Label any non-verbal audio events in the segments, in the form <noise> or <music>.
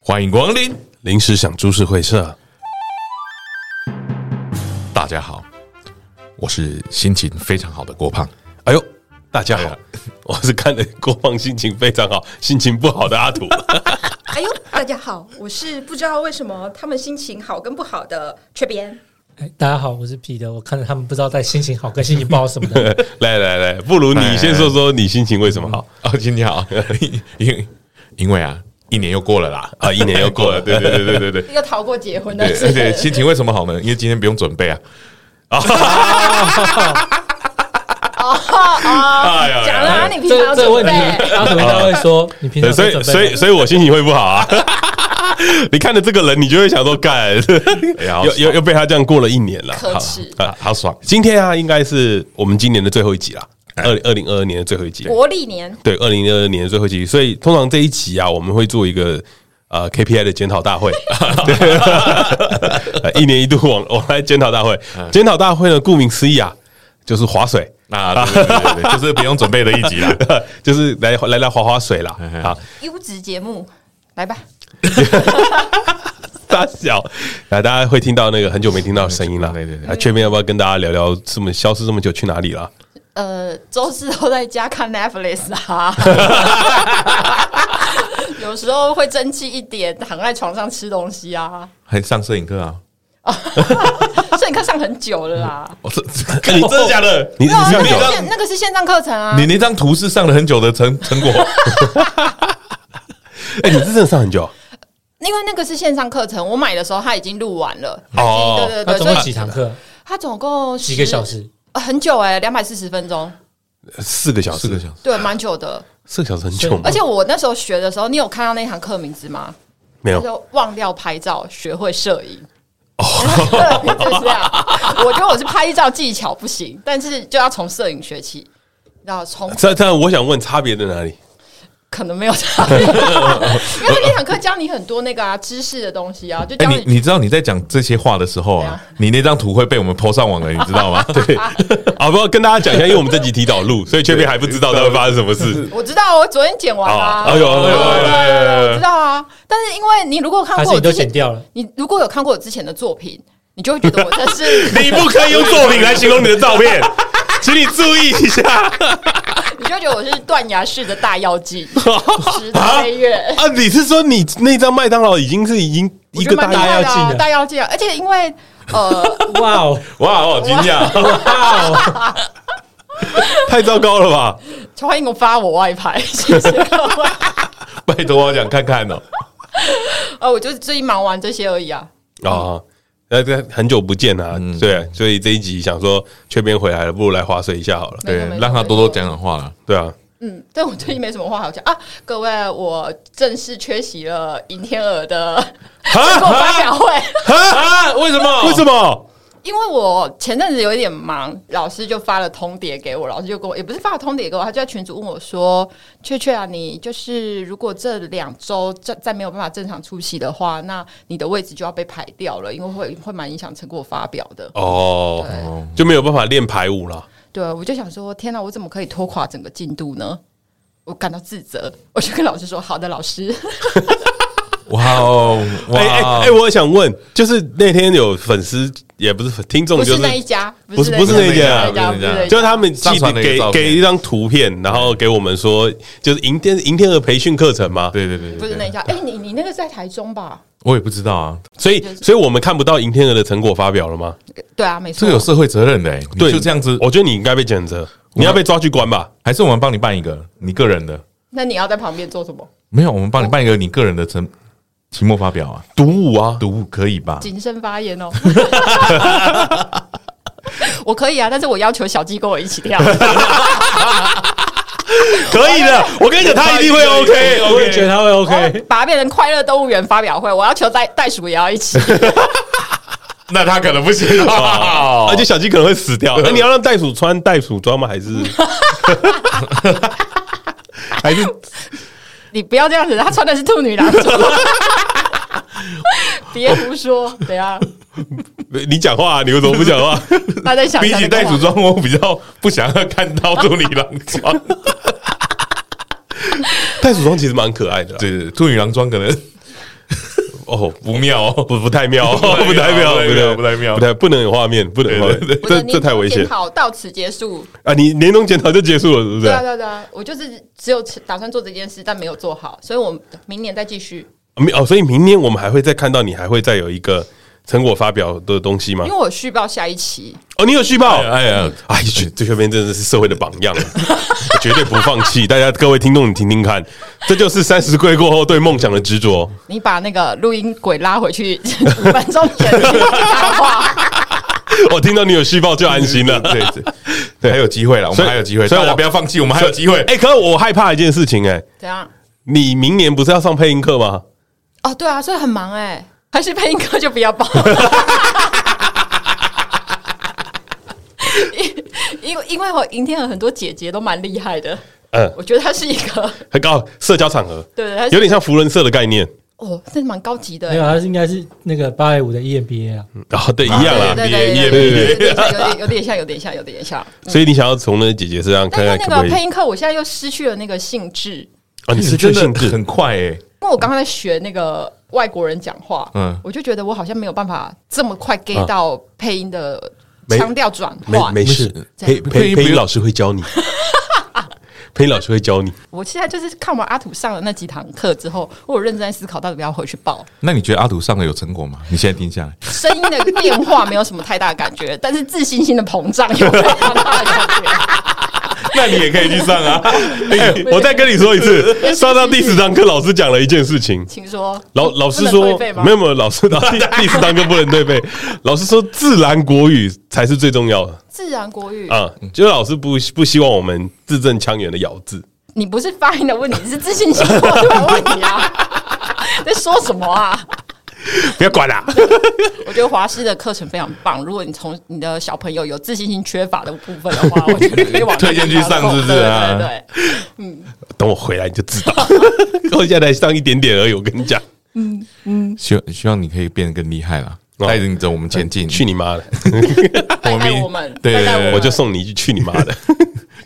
欢迎光临。临时想株式会社，大家好，我是心情非常好的郭胖。哎呦，大家哎好呀， <laughs> 我是看着郭胖心情非常好，心情不好的阿土。哎呦，大家好，我是不知道为什么他们心情好跟不好的缺边。哎，大家好，我是彼得。我看着他们不知道在心情好跟心情不好什么的， <laughs> 来来来，不如你先说说你心情为什么好哦，今天好， <laughs> 因因为啊，一年又过了啦，啊？一年又过了，对对对对对对。又逃过结婚的 <laughs> 对，而且心情为什么好呢？因为今天不用准备啊。哦，哎呀，讲了啊，你平常有这这个问准题，备？阿土应该会说你平对常所会以准备所以所以我心情会不好啊。 <laughs> 你看着这个人，你就会想说，干，哎呀好又又又被他这样过了一年了，可好耻啊好爽今天啊，应该是我们今年的最后一集啦，二二零二二年的最后一集。国历年对，二零二二年的最后一集，所以通常这一集啊，我们会做一个呃 KPI 的检讨大会，对 <laughs> 一年一度往往来检讨大会。检讨大会呢，顾名思义啊，就是划水， <laughs> 啊，对对对对 <laughs> 对，就是不用准备的一集啦。就是来来来划划水啦嗯嗯啊，优质节目，来吧，大小啊，大家会听到那个很久没听到的声音啦。对对对啊，雀边要不要跟大家聊聊这么消失这么久去哪里了？呃，周四都在家看 Netflix <laughs> 啊，有时候会争气一点，躺在床上吃东西啊，还上摄影课啊？摄影课上很久了 <laughs> 啦。我哦这哎你真的假的？你你没有啊，是那没有个线那个是线上课程啊你，那张图是上了很久的成成 <laughs> 果，哎，你是真的上很久因为那个是线上课程，我买的时候它已经录完了，哦对对他对，总所共以嗯几堂课，它总共几个10小时，呃很久哎、欸，两百四十分钟，四个小时，四个小时，对，蛮久的。四个小时很久吗，而且我那时候学的时候，你有看到那堂课名字吗？没叫有做“忘掉拍照，学会摄影”。 <laughs> 对，就是这样。我觉得我是拍照技巧不行，但是就要从摄影学起。然后从这这样，我想问差别在哪里？可能没有差别，因 <laughs> 为那堂课教你很多那个啊知识的东西啊，就哎、教你你你知道你在讲这些话的时候啊，你那张图会被我们抛上网了，你知道吗？ <laughs> 对，啊，不要跟大家讲一下，因为我们这集提早录，所以雀边还不知道它会发生什么事。我知道，我昨天剪完啦、啊，哦哎呦，哎呦，哎呦，哎知呦，道啊。但是因为你如果有看还过是我你都之前剪，掉了？你如果有看过我之前的作品，你就会觉得我这是你不可以用作品来形容你的照片，请你注意一下。你就觉得我是断崖式的大 <laughs> 妖精，十飞跃。啊，你是说你那张麦当劳已经是已经一个大我觉得蛮家厉害的啊大妖精大妖精的啊！而且因为呃，哇哦哇，我好惊 <laughs> 讶，哇哦，太糟糕了吧？乔欢迎我发我外拍， <laughs> 谢谢各位。拜托我想看看哦、呃，我就是最近忙完这些而已啊。啊，那这很久不见啊，嗯对，所以这一集想说雀边回来了，不如来划水一下好了。没错对没，错让他多多讲讲话啦。对 <laughs> 啊，嗯，但我最近没什么话好讲啊。各位，我正式缺席了尹天鹅的成果啊发表会，啊？为什么为什么？因为我前阵子有一点忙，老师就发了通牒给我，老师就跟我也不是发了通牒给我，他就在群组问我说：“雀雀啊，你就是如果这两周再再没有办法正常出席的话，那你的位置就要被排掉了，因为会会蛮影响成果发表的。”哦对，就没有办法练排舞了。对，我就想说，天哪，我怎么可以拖垮整个进度呢？我感到自责，我就跟老师说：“好的，老师，哇哦，哇哎哎哦！哎，我想问，就是那天有粉丝，也不是粉听 <laughs> 众，不就是是那一家，不是那不一是那一不家是那一家，不不是是那一家那一就家。是他们寄上传了一个给照片给一张图片，然后给我们说，就是银天银天鹅培训课程嘛。对对对对，不是那一家，哎、你你那个是在台中吧？我也不知道啊，所以所以我们看不到银天鹅的成果发表了吗？对啊，没错。这个有社会责任的、欸，你对，就这样子，我觉得你应该被谴责，你要被抓去关吧。还是我们帮你办一个你个人的？那你要在旁边做什么？没有，我们帮你办一个你个人的成期末发表啊，独舞啊，读物可以吧？谨慎发言哦。 <laughs> 我可以啊，但是我要求小鸡跟我一起跳。可以的。我跟你讲，他一定会 OK。我也觉得他会 OK。把它变成快乐动物园发表会，我要求袋袋鼠也要一起。那他可能不行啊 <laughs> 而且小鸡可能会死掉。那你要让袋鼠穿袋鼠装吗？还是还是你不要这样子，他穿的是兔女郎装。 <laughs> 别胡说，啊等一下你讲话啊？你为什么不讲话？他在想比象起那袋个画鼠面装，我比较不想要看到兔女郎装。袋鼠装其实蛮可爱的啦。啊对对，对兔女郎装可能 <laughs> 哦，不妙哦，不不太妙， <laughs> 不太妙，不太妙不太妙不太不能有画面，不能有画面，我这的这太危年险终检讨到此结束。啊！你年终检讨就结束了，是不是对？啊，对啊，对啊，我就是只有打算做这件事，但没有做好，所以我明年再继续。明哦，所以明年我们还会再看到你，还会再有一个成果发表的东西吗因为？我续报下一期，哦，你有续哎报呀，哎呀，哎，这这学边真的是社会的榜样，我绝对不放弃。大家各位听众，你听听看，这就是三十岁过后对梦想的执 <laughs> 着。你把那个录音轨拉回去 <laughs> 五分钟前去讲话。 <laughs> 我哦听到你有续报就安心了。对对对，还有机会了，我所们以还有机会，所以大我家不要放弃，我们还有机会。哎、可是我害怕一件事情、哎，怎样？你明年不是要上配音课吗？哦，对啊，所以很忙哎、还是配音课就不要报。 <laughs> 因因为因为我银天有很多姐姐都蛮厉害的，嗯，我觉得她是一 <laughs> 个很高社交场合，对她是有点像福伦社的概念哦，这蛮高级的、欸没有，。他应该是那个八一五的 EMBA 啊，啊，对，一样啦。嗯对对对对对对对对，有点有点像，有点像，有点像。所以你想要从那姐姐身上看但看可是那不可个以？配音课，我现在又失去了那个兴致，哦，你是真的确信致很快哎，因为我刚刚在学那个外国人讲话，嗯嗯，我就觉得我好像没有办法这么快 get 到配音的没腔调转没换。没事，这配样配配配配音音老师会教 <laughs> 你，配音老师会教你。我现在就是看完阿土上的那几堂课之后，我有认真在思考到底要不要回去报。那你觉得阿土上的有成果吗？你现在听下来，声音的变化没有什么太大的感觉，但是自信心的膨胀有非常大的感觉。那你也可以去上啊。 <laughs> 哎，我再跟你说一 <laughs> 次，上到第十堂课，老师讲了一件事情。请说，老老师不能说退费吗没有没有，老师老师第十堂课不能对 <laughs> 背。老师说自然国语才是最重要的自然国语，啊，就是老师不不希望我们字正腔圆的咬字。你不是发音的问题，是自信心过度的问题啊！ <laughs> 在说什么啊？不要管啦、我觉得华师的课程非常棒。如果你从你的小朋友有自信心缺乏的部分的话，我觉得可以往推荐去上是不是啊对对对对，等我回来你就知道。我现在才上一点点而已，我跟你讲，希望希望你可以变得更厉害啦，哦带着你走我们前进。去你妈的！带带我们，对对对嗯带带我对啊们，我就送你一句去你妈的！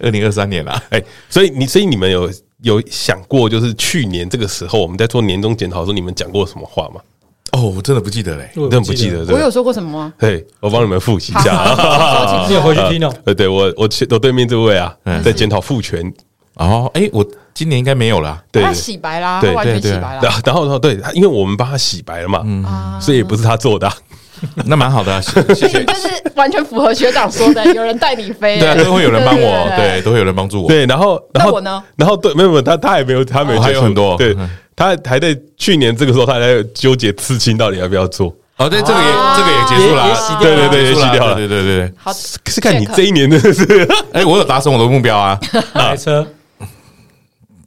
二零二三年啦，哎、所以你所以你们有有想过，就是去年这个时候我们在做年终检讨的时候，你们讲过什么话吗？哦，我真的不记得嘞。我真的不记得，对我有不说过什么 <laughs> 吗？对？对，我帮你们复习一好下 <laughs> 好啊。好好你请有回说去听哦。呃，对我我我对面这位啊，嗯在检讨父权。哦，哎，我今年应该没有啦。对，他洗白啦，他对完全洗对对白然啦。后然后对，因为我们帮他洗白了嘛，啊所以也不是他做的啊。那蛮好的啊，谢谢所以谢你。 <laughs> 就是完全符合学长说的，有人带你飞、对啊，都会有人帮我，对对对，都会有人帮助我。对，然后然后那我呢？然后对，没有没有，他他还没有，他没有哦还结有束很多对嗯，他还在去年这个时候，他还在纠结刺青到底要不要做。哦，对，这个也啊这个也结束也也了洗，掉了对，也洗掉了对对对对。好，可是看你 Jack 这一年真的 <laughs> 是，哎，我有达成我的目标啊，买车，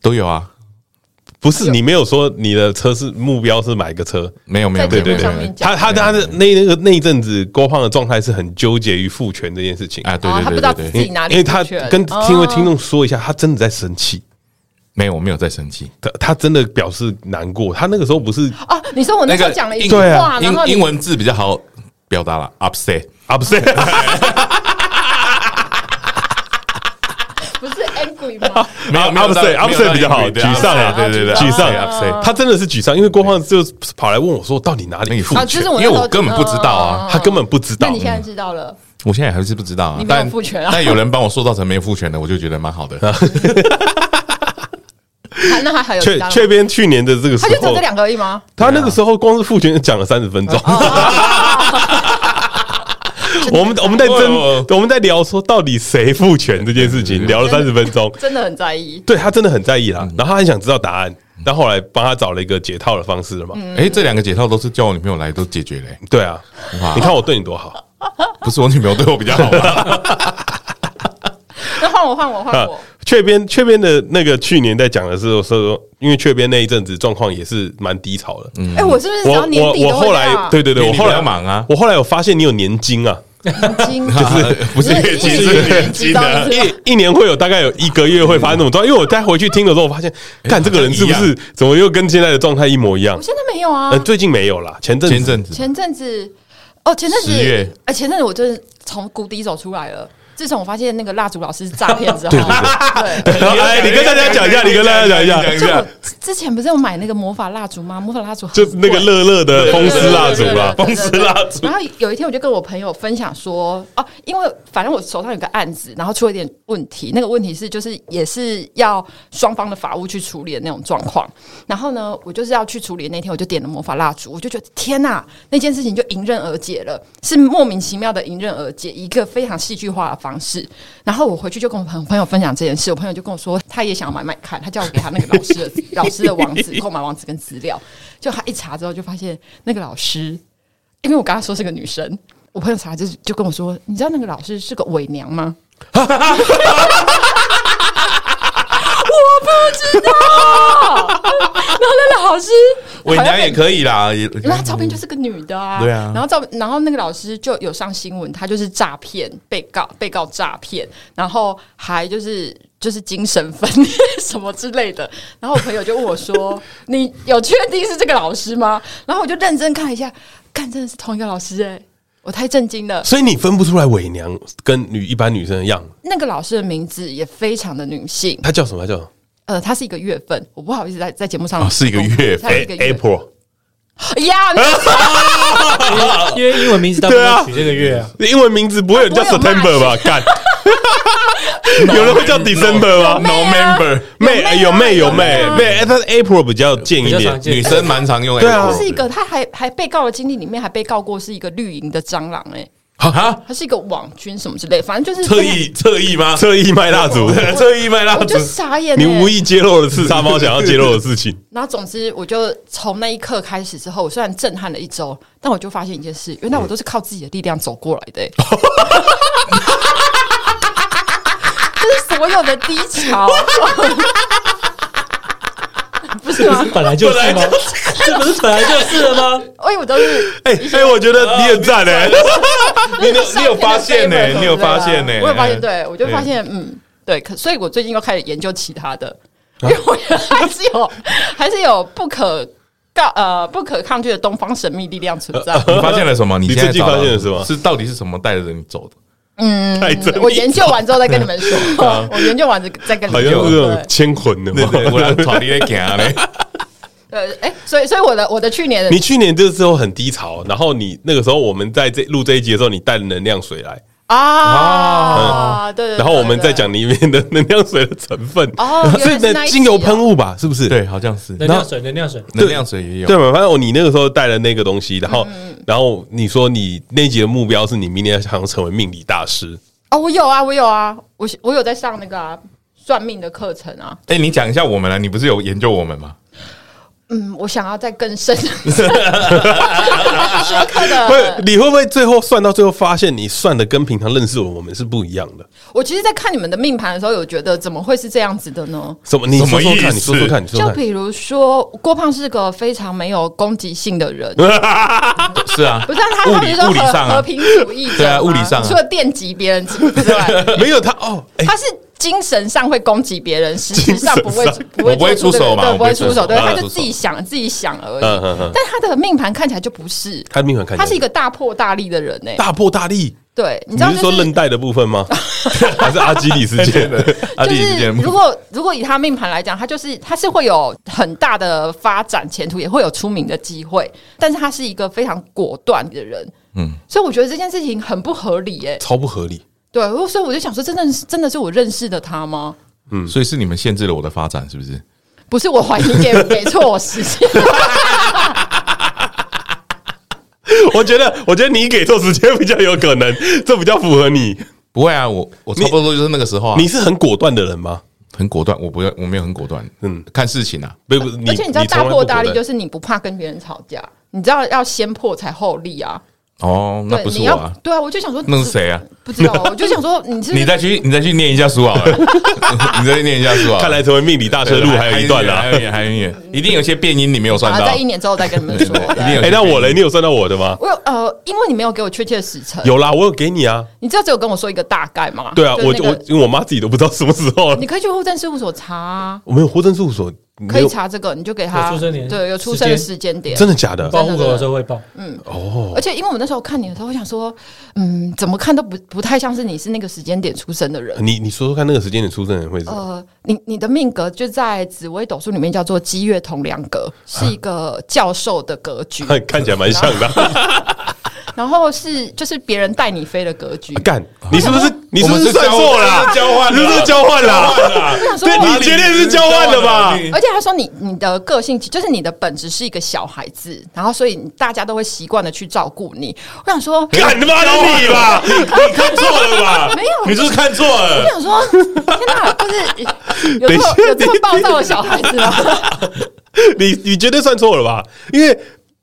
都有啊，不是你没有说你的车是目标是买个车。没有没有，在节对目对对上对面，讲他他他的那那个那一阵子，郭胖的状态是很纠结于父权这件事情啊，对哦他不对知道对自对己对，哪里因为他父权跟哦听位听众说一下，他真的在生气，没有，我没有在生气。他他真的表示难过。他那个时候不是哦，你说我那时候那个讲了一英句对话，啊然后英你英文字比较好表达了，upset。啊，不是不是 angry <laughs> 吗？没有没有到 upset 没有到 upset 比较好， angry，对沮丧啊， upset，对对对沮丧 upset，upset 他真的是沮丧，因为郭胖就跑来问我说，到底哪那里你父啊，权？就是我因为我根本不知道啊他根本不知道哦那你现在知道了，我现在还是不知道啊你，没有但父权啊但有人帮我塑造成没有父权的，我就觉得蛮好的。他那他还有其雀他吗？雀边去年的这个时他就只有哦候这，两个而已吗？他那个时候光是父权讲了三十分钟。哦 <laughs> 我们我们在争，哦我们在聊说到底谁父权这件事情，聊了三十分钟。真的很在意。对他真的很在意嗯啦，然后他很想知道答案，但后来帮他找了一个解套的方式了嘛。嗯哎，这两个解套都是叫我女朋友来都解决嘞，对啊哇，你看我对你多好不是我女朋友对我比较好吧？那换我，换我，啊换我。！雀边雀边的那个去年在讲的是说，因为雀边那一阵子状况也是蛮低潮的。哎，我是不是只我要年我底我都会后这样来对对对，因我为你后来比较忙啊我后来有发现你有年金啊，金就是不是月经，你是是啊年经的。一一年会有大概有一个月会发生这种状况，因为我再回去听的时候，我发现，看这个人是不哎好像一是怎么又跟现在的状态一模一样我？现在没有啊呃，。最近没有啦，前阵前子阵子前阵子，哦，前阵子十月，哎，前阵子我真的从谷底走出来了。自从我发现那个蜡烛老师是诈骗之后，对对对 <laughs> 哎，你跟大家讲一下，你跟大家讲一下，一就我之前不是有买那个魔法蜡烛吗？魔法蜡烛很就是那个贵乐乐的风湿蜡烛啦，对对对对对对对风湿蜡烛。然后有一天我就跟我朋友分享说，哦、因为反正我手上有个案子，然后出了一点问题，那个问题是就是也是要双方的法务去处理的那种状况。然后呢，我就是要去处理那天，我就点了魔法蜡烛，我就觉得天呐，那件事情就迎刃而解了，是莫名其妙的迎刃而解，一个非常戏剧化的方式。然后我回去就跟我朋朋友分享这件事，我朋友就跟我说，他也想要买买看，他叫我给他那个老师的老师的网址、购买网址跟资料。就他一查之后，就发现那个老师因为我刚刚说是个女生，我朋友查就是就跟我说，你知道那个老师是个伪娘吗？ <laughs> 我不知道。 <laughs> 然后那个老师伪好像娘也可以啦，也因为她照片就是个女的啊，嗯对啊然后照，然后那个老师就有上新闻，她就是诈骗被告，被告诈骗，然后还就是就是精神分裂什么之类的。然后我朋友就问我说：“你有确定是这个老师吗？”然后我就认真看了一下，看真的是同一个老师哎、我太震惊了。所以你分不出来伪娘跟女一般女生的样，那个老师的名字也非常的女性，她叫什么？她叫什么呃，她是一个月份，我不好意思在在节目上、哦是一个月份她是一个月份 April。呀，你因为英文名字当对啊然取这个 <laughs> 月啊，英文名字不会有人叫不会有 September 吧？ <laughs> 干，有人会叫 December 吗有妹啊妹哎有妹有有妹妹啊妹，哎但是 April 比较贱一比较点常，见女生蛮常用 Apple 的。对啊是一个，他还还被告的经历里面还被告过是一个绿营的蟑螂、欸，哎，啊，他是一个网军什么之类，反正就是特意侧翼 <laughs> 吗？特意卖蜡烛，侧翼卖蜡我烛就，傻眼、欸，你无意揭露了刺杀猫想要揭露的事 <laughs> 情。然后总之，我就从那一刻开始之后，我虽然震撼了一周，但我就发现一件事，原来我都是靠自己的力量走过来的、欸。就是所有的低潮， <laughs> 不是吗？本来就是吗？这不是本来就是了吗？哎，我都是哎哎，我觉得你很赞哎， <laughs> 你有你有发现欸呢、呢？你有发现呢？我有发现，对我就发现，嗯，对，可所以，我最近又开始研究其他的，因为我觉得还是有还是有不可告呃不可抗拒的东方神秘力量存在。你发现了什么？你你现在自己找到发现了是吗是到底是什么带着你走的？太真了，我研究完之后再跟你们说， <laughs> 我研究完再跟你好们像是那说种。牵魂的对话。对，我来闯你的行 <laughs> 嘞。对，哎，所以所以我的我的去年 <laughs> 的你去年这时候很低潮，然后你那个时候我们在这录这一集的时候，你带了能量水来，啊，对对，然后我们再讲里面的能量水的成分， <laughs> 哦原来是是那一集精油哦喷雾吧？是不是？对，好像是能量水，能量水，嗯能量水也有。对嘛？反正我你那个时候带了那个东西，然后嗯然后你说你那集的目标是你明年想要成为命理大师，哦，我有啊，我有啊，我我有在上那个啊算命的课程啊，哎，你讲一下我们啦，你不是有研究我们吗？嗯，我想要再 <laughs> 更深学科会的。你会不会最后算到最后发现你算的跟平常认识我们是不一样的？我其实，在看你们的命盘的时候，有觉得怎么会是这样子的呢？什么？你什么说说意看，思你说说看，你说就说看。比如说，郭胖是个非常没有攻击性的 <laughs> 人，是啊，不是啊他物他们理说物理和、上和啊，平主义者吗对啊物理上啊除了电击别人 <laughs> 之外，没有他哦，哎、他是精神上会攻击别人，实质上不会精神上不会我不会做出手嘛对，我不不会会出出手，手对，我不他会就出手自己想自己想而已。嗯嗯嗯但他的命盘看起来就不是，他命盘看起来他是一个大破大立的人呢、大破大立。对，你你知道是就说是韧带的部分吗？ <laughs> 还是阿基里斯腱的？啊，就第一是节如目果如果以他命盘来讲，他就是他是会有很大的发展前途，也会有出名的机会，但是他是一个非常果断的人，嗯，所以我觉得这件事情很不合理耶、超不合理。对，我所以我就想说，真的是真的是我认识的他吗？嗯所以是你们限制了我的发展，是不是？不是我怀疑给给错我时间， <laughs> 我觉得，我觉得你给错时间比较有可能，这比较符合你。不会啊，我我差不多就是那个时候啊， <laughs> 你是很果断的人吗？很果断，我不要，我没有很果断，嗯嗯，看事情啊，不不，你而且你知道你从大来不破大立果断就是你不怕跟别人吵架，你知道要先破才后立啊。嗯哦，那对，不是你我要啊，对啊，我就想说那是？谁啊？不知道，我就想说你是不你是再去，你再去念一下书好了， <laughs> 你再去念一下书好了。啊看来成为命理大师的路还有一段啦还。有一点，还有一点，一定有些变音你没有算好，到在，一年之后再跟你们 <laughs> 说。一定对有。哎，那我嘞，你有算到我的吗？我有呃，因为你没有给我确切的时辰，有啦，我有给你啊。你知道只有跟我说一个大概吗？对啊，就是我那就个我因为我妈自己都不知道什么时候了你。可以去户政事务所查啊。我们有户政事务所可没以有查这个，你就给他有出生年对有出生的时间点真。的假的？报户口的时候会报，嗯哦而，且因为我那时候看你的时候，我想说，嗯，怎么看都不不太像是你是那个时间点出生的人。你你说说看，那个时间点出生的人会是什么？呃，你你的命格就在紫微斗数里面叫做积月同梁格，啊是一个教授的格局， <laughs> 看起来蛮像 <laughs> 的。然后是就是别人带你飞的格局。干，你是不是你是不我们是算错了啊？交换你是不是交换了啊？我想说对，我你绝对是交换的吧？而且他说你你的个性就是你的本质是一个小孩子，然后所以大家都会习惯的去照顾你。我想说，我干他妈是你吧？你看错了吧？ <laughs> 没有你就是看错了。想说，天哪，就是有等一这下么有这么暴躁的小孩子吗？ <laughs> <laughs> 你你绝对算错了吧？因为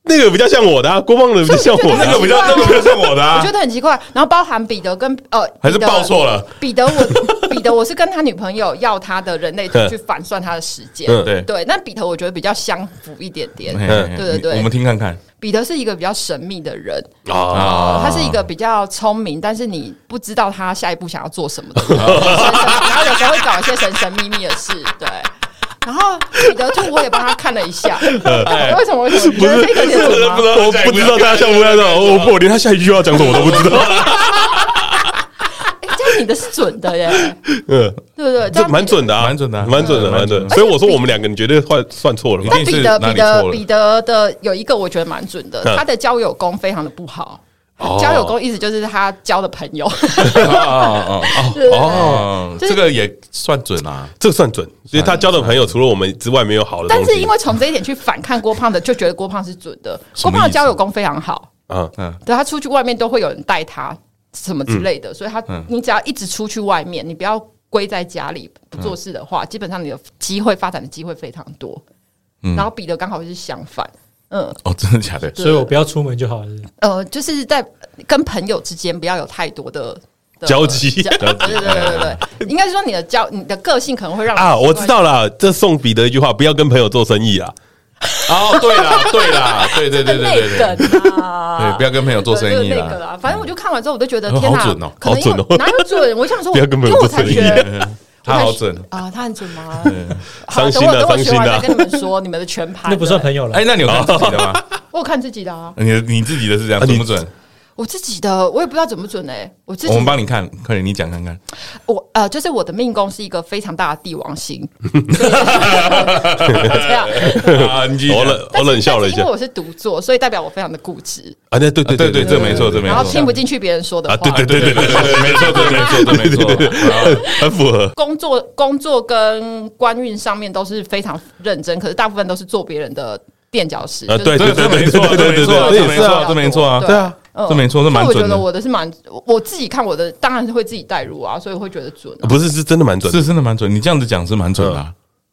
那个比较像我的，啊，郭胖的比较像我 <laughs> 的那啊个比较那个比较像我的 <laughs> 我啊觉，得很奇怪。然后包含彼得跟呃，还是彼得报错了。彼得我彼得我是跟他女朋友要他的人类图去反算他的时间，嗯嗯对对。那彼得我觉得比较相符一点点，嘿哎对对对我们听看看彼得是一个比较神秘的人， <laughs> 啊。啊哦他是一个比较聪明，但是你不知道他下一步想要做什么的 <laughs> 人，神神然后有时候会搞一些神神秘秘的事，对。然后彼得兔我也帮他看了一下，为什么？为什么？你哎不是，觉得这个点准吗？我不知道大家像哦不像我，我我连他下一句要讲什么我都不知道。哎，这样你的是准的耶，嗯，对不 <laughs> 对？这样蛮准的 <laughs> 啊，蛮准的啊蛮准的，嗯蛮准的。 <laughs> 所以我说我们两个，你绝对算算错了吧？但一定彼是得哪彼里错得了彼得的有一个我觉得蛮准的嗯，他的交友功非常的不好。哦交友功意思就是他交的朋 <laughs> 友，哦哦哦，就是这个也算准啊。这个算准，所以他交的朋友除了我们之外没有好的东但西。是因为从这一点去反看郭胖的，就觉得郭胖是准的。什么郭意思胖的交友功非常好，啊，嗯，对他出去外面都会有人带他什么之类的，所以他、嗯你只要一直出去外面，你不要归在家里不做事的话，嗯基本上你的机会发展的机会非常多。嗯然后彼得刚好是相反，嗯哦，真的假的？所以我不要出门就好了。是不是呃，就是在跟朋友之间不要有太多的。的交集 <laughs> <laughs> 交对对对对对，应该是说你的交你的个性可能会让啊，你习我惯知道了，这送彼得一句话，不要跟朋友做生意啊。哦，对啦，对啦，对对对对对对，内梗啊，对，不要跟朋友做生意对就是那个啊啦。啦。反正我就看完之后，我都觉得哦天哪，好准哦可能因为好准哦哪有准？我想 <laughs> 说，不要跟朋友因为我做生才意觉得他好准。啊，他很准吗？伤好，等心我的等我伤学心完的再跟你们说你们的全盘。那不算朋友，友了哎，，那你有看自己 <laughs> 的吗？我有看自己的啊，你的你自己的是这样哦啊你准不准？我自己的我也不知道准不准哎，我自己我们帮你看，快点，你讲 <laughs> 看看。我呃，就是我的命宫是一个非常大的帝王星，所以这样。啊，你继续讲我冷我冷笑了一但是下因为我是独坐，所以代表我非常的固执，啊，那对对啊对对，对这没错，这没然后错。听不进去别人说的啊，话。对对对对对，对，没错，对，没错，对，没错。 <laughs> 很符合。工作工作跟官运上面都是非常认真，可是大部分都是做别人的垫脚石。啊就对是对对对对对对对，这没错，这没错啊，对啊，嗯这没错，这所以蛮我觉准得的，我的是蛮，我自己看我的当然是会自己带入啊，所以我会觉得准、啊。不是，是真的蛮准的。是真的蛮准。你这样子讲是蛮准的啊，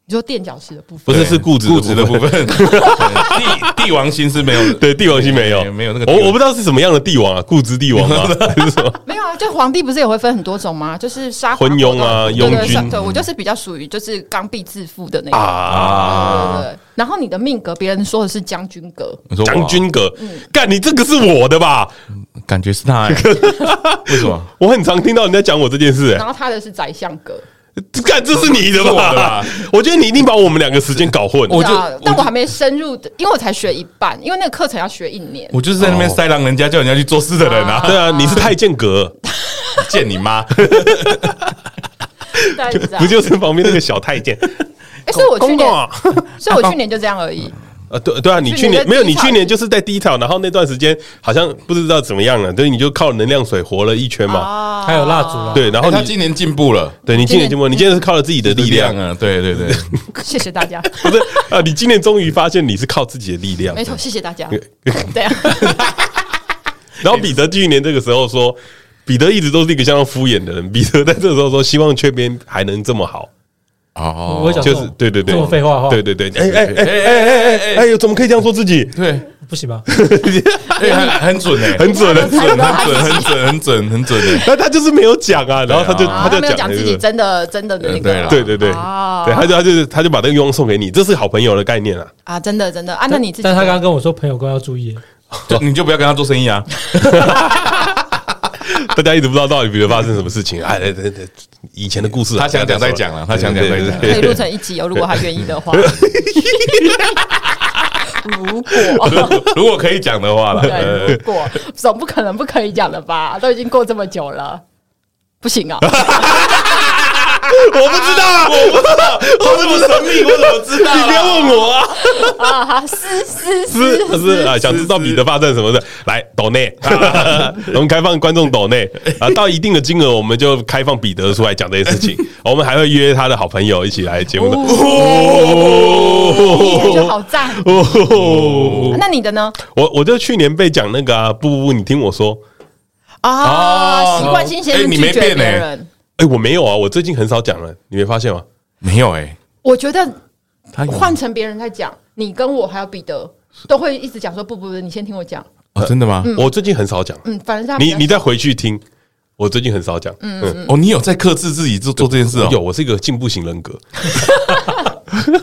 你说垫脚石的部分，不是对是固执固执的部部分。对帝帝王星是没有，对，帝王星没有，对没有那个帝王我我不知道是什么样的帝王啊，固执帝王 <laughs> 吗？还是什么？没有啊？就皇帝不是也会分很多种吗？就是杀昏庸啊对对对庸君上对我就是比较属于就是刚愎自负的那种。啊对对对，然后你的命格，别人说的是将军格，你说将军格，干你这个是我的吧？感觉是他，为什么？我很常听到人家讲我这件事、然后他的是宰相格。哎，干这是你的吧？是我的吧 <laughs> 我觉得你一定把我们两个时间搞混。我对啊就但我我还没深入的，因为我才学一半，因为那个课程要学一年。我就是在那边塞让人家叫人家去做事的人啊，对啊，你是太监格，见你妈！大概是这样不就是旁边那个小太监？哎所以我去公公年，啊， <laughs> 所以我去年就这样而已。呃，对对啊，你去去年年没有，在低你潮去年就是在低潮，然后那段时间好像不知道怎么样了，对，你就靠能量水活了一圈嘛。啊还有蜡烛啦，对，然后他你今年进步了，对你今年进步，你今年是靠了自己的力量，啊，对对对，谢谢大家，不是啊？你今年终于发现你是靠自己的力量没。错，谢谢大家。对对啊，然后彼得去年这个时候说，彼得一直都是一个相当敷衍的人。彼得在这个时候说，希望缺边还能这么好，哦我会讲就是对对对，这么废话的话对对对，哎哎哎哎哎哎哎，怎么可以这样说自己？对，不行吧？哎，很很准哎，很准很很准。准，很准，很准，很准的。那他就是没有讲啊，然后他就啊他他就没有讲这自己个，真的真的那呃对个哦啦，对对对，对，啊他就他就他就把那个愿望送给你，这是好朋友的概念啊。啊，真的真的啊，那你自己，但他刚刚跟我说朋友关要注意，就你就不要跟他做生意啊！大家一直不知道到底比如发生什么事情。哎，哎哎哎以前的故事啊，他想讲再讲了他想讲再讲对可以对对录成一集哦，如果他愿意的话。如果如果可以讲的话了，呃对，如果总不可能不可以讲的吧？都已经过这么久了，不行啊！我不知道啊，我不知道，我怎么神秘？我怎么知道？你不要问我啊！啊，好是是是是是啊，想知道彼得发生什么的，来抖内， <laughs> 我们开放观众抖内啊，到一定的金额，我们就开放彼得出来讲这些事情。我们还会约他的好朋友一起来节目的。你哦，就哎好赞。啊那你的呢？我我就去年被讲那个啊，不不不，你听我说，啊，习惯性先哎去你拒没绝别变欸人。哎，我没有啊，我最近很少讲了，你没发现吗？没有哎，我觉得他有换成别人在讲，你跟我还有彼得都会一直讲说不不不，你先听我讲。哦，真的吗？我最近很少讲，嗯，反正他你你再回去听，我最近很少讲，嗯。哦，你有在克制自己做做这件事哦？有，我是一个进步型人格。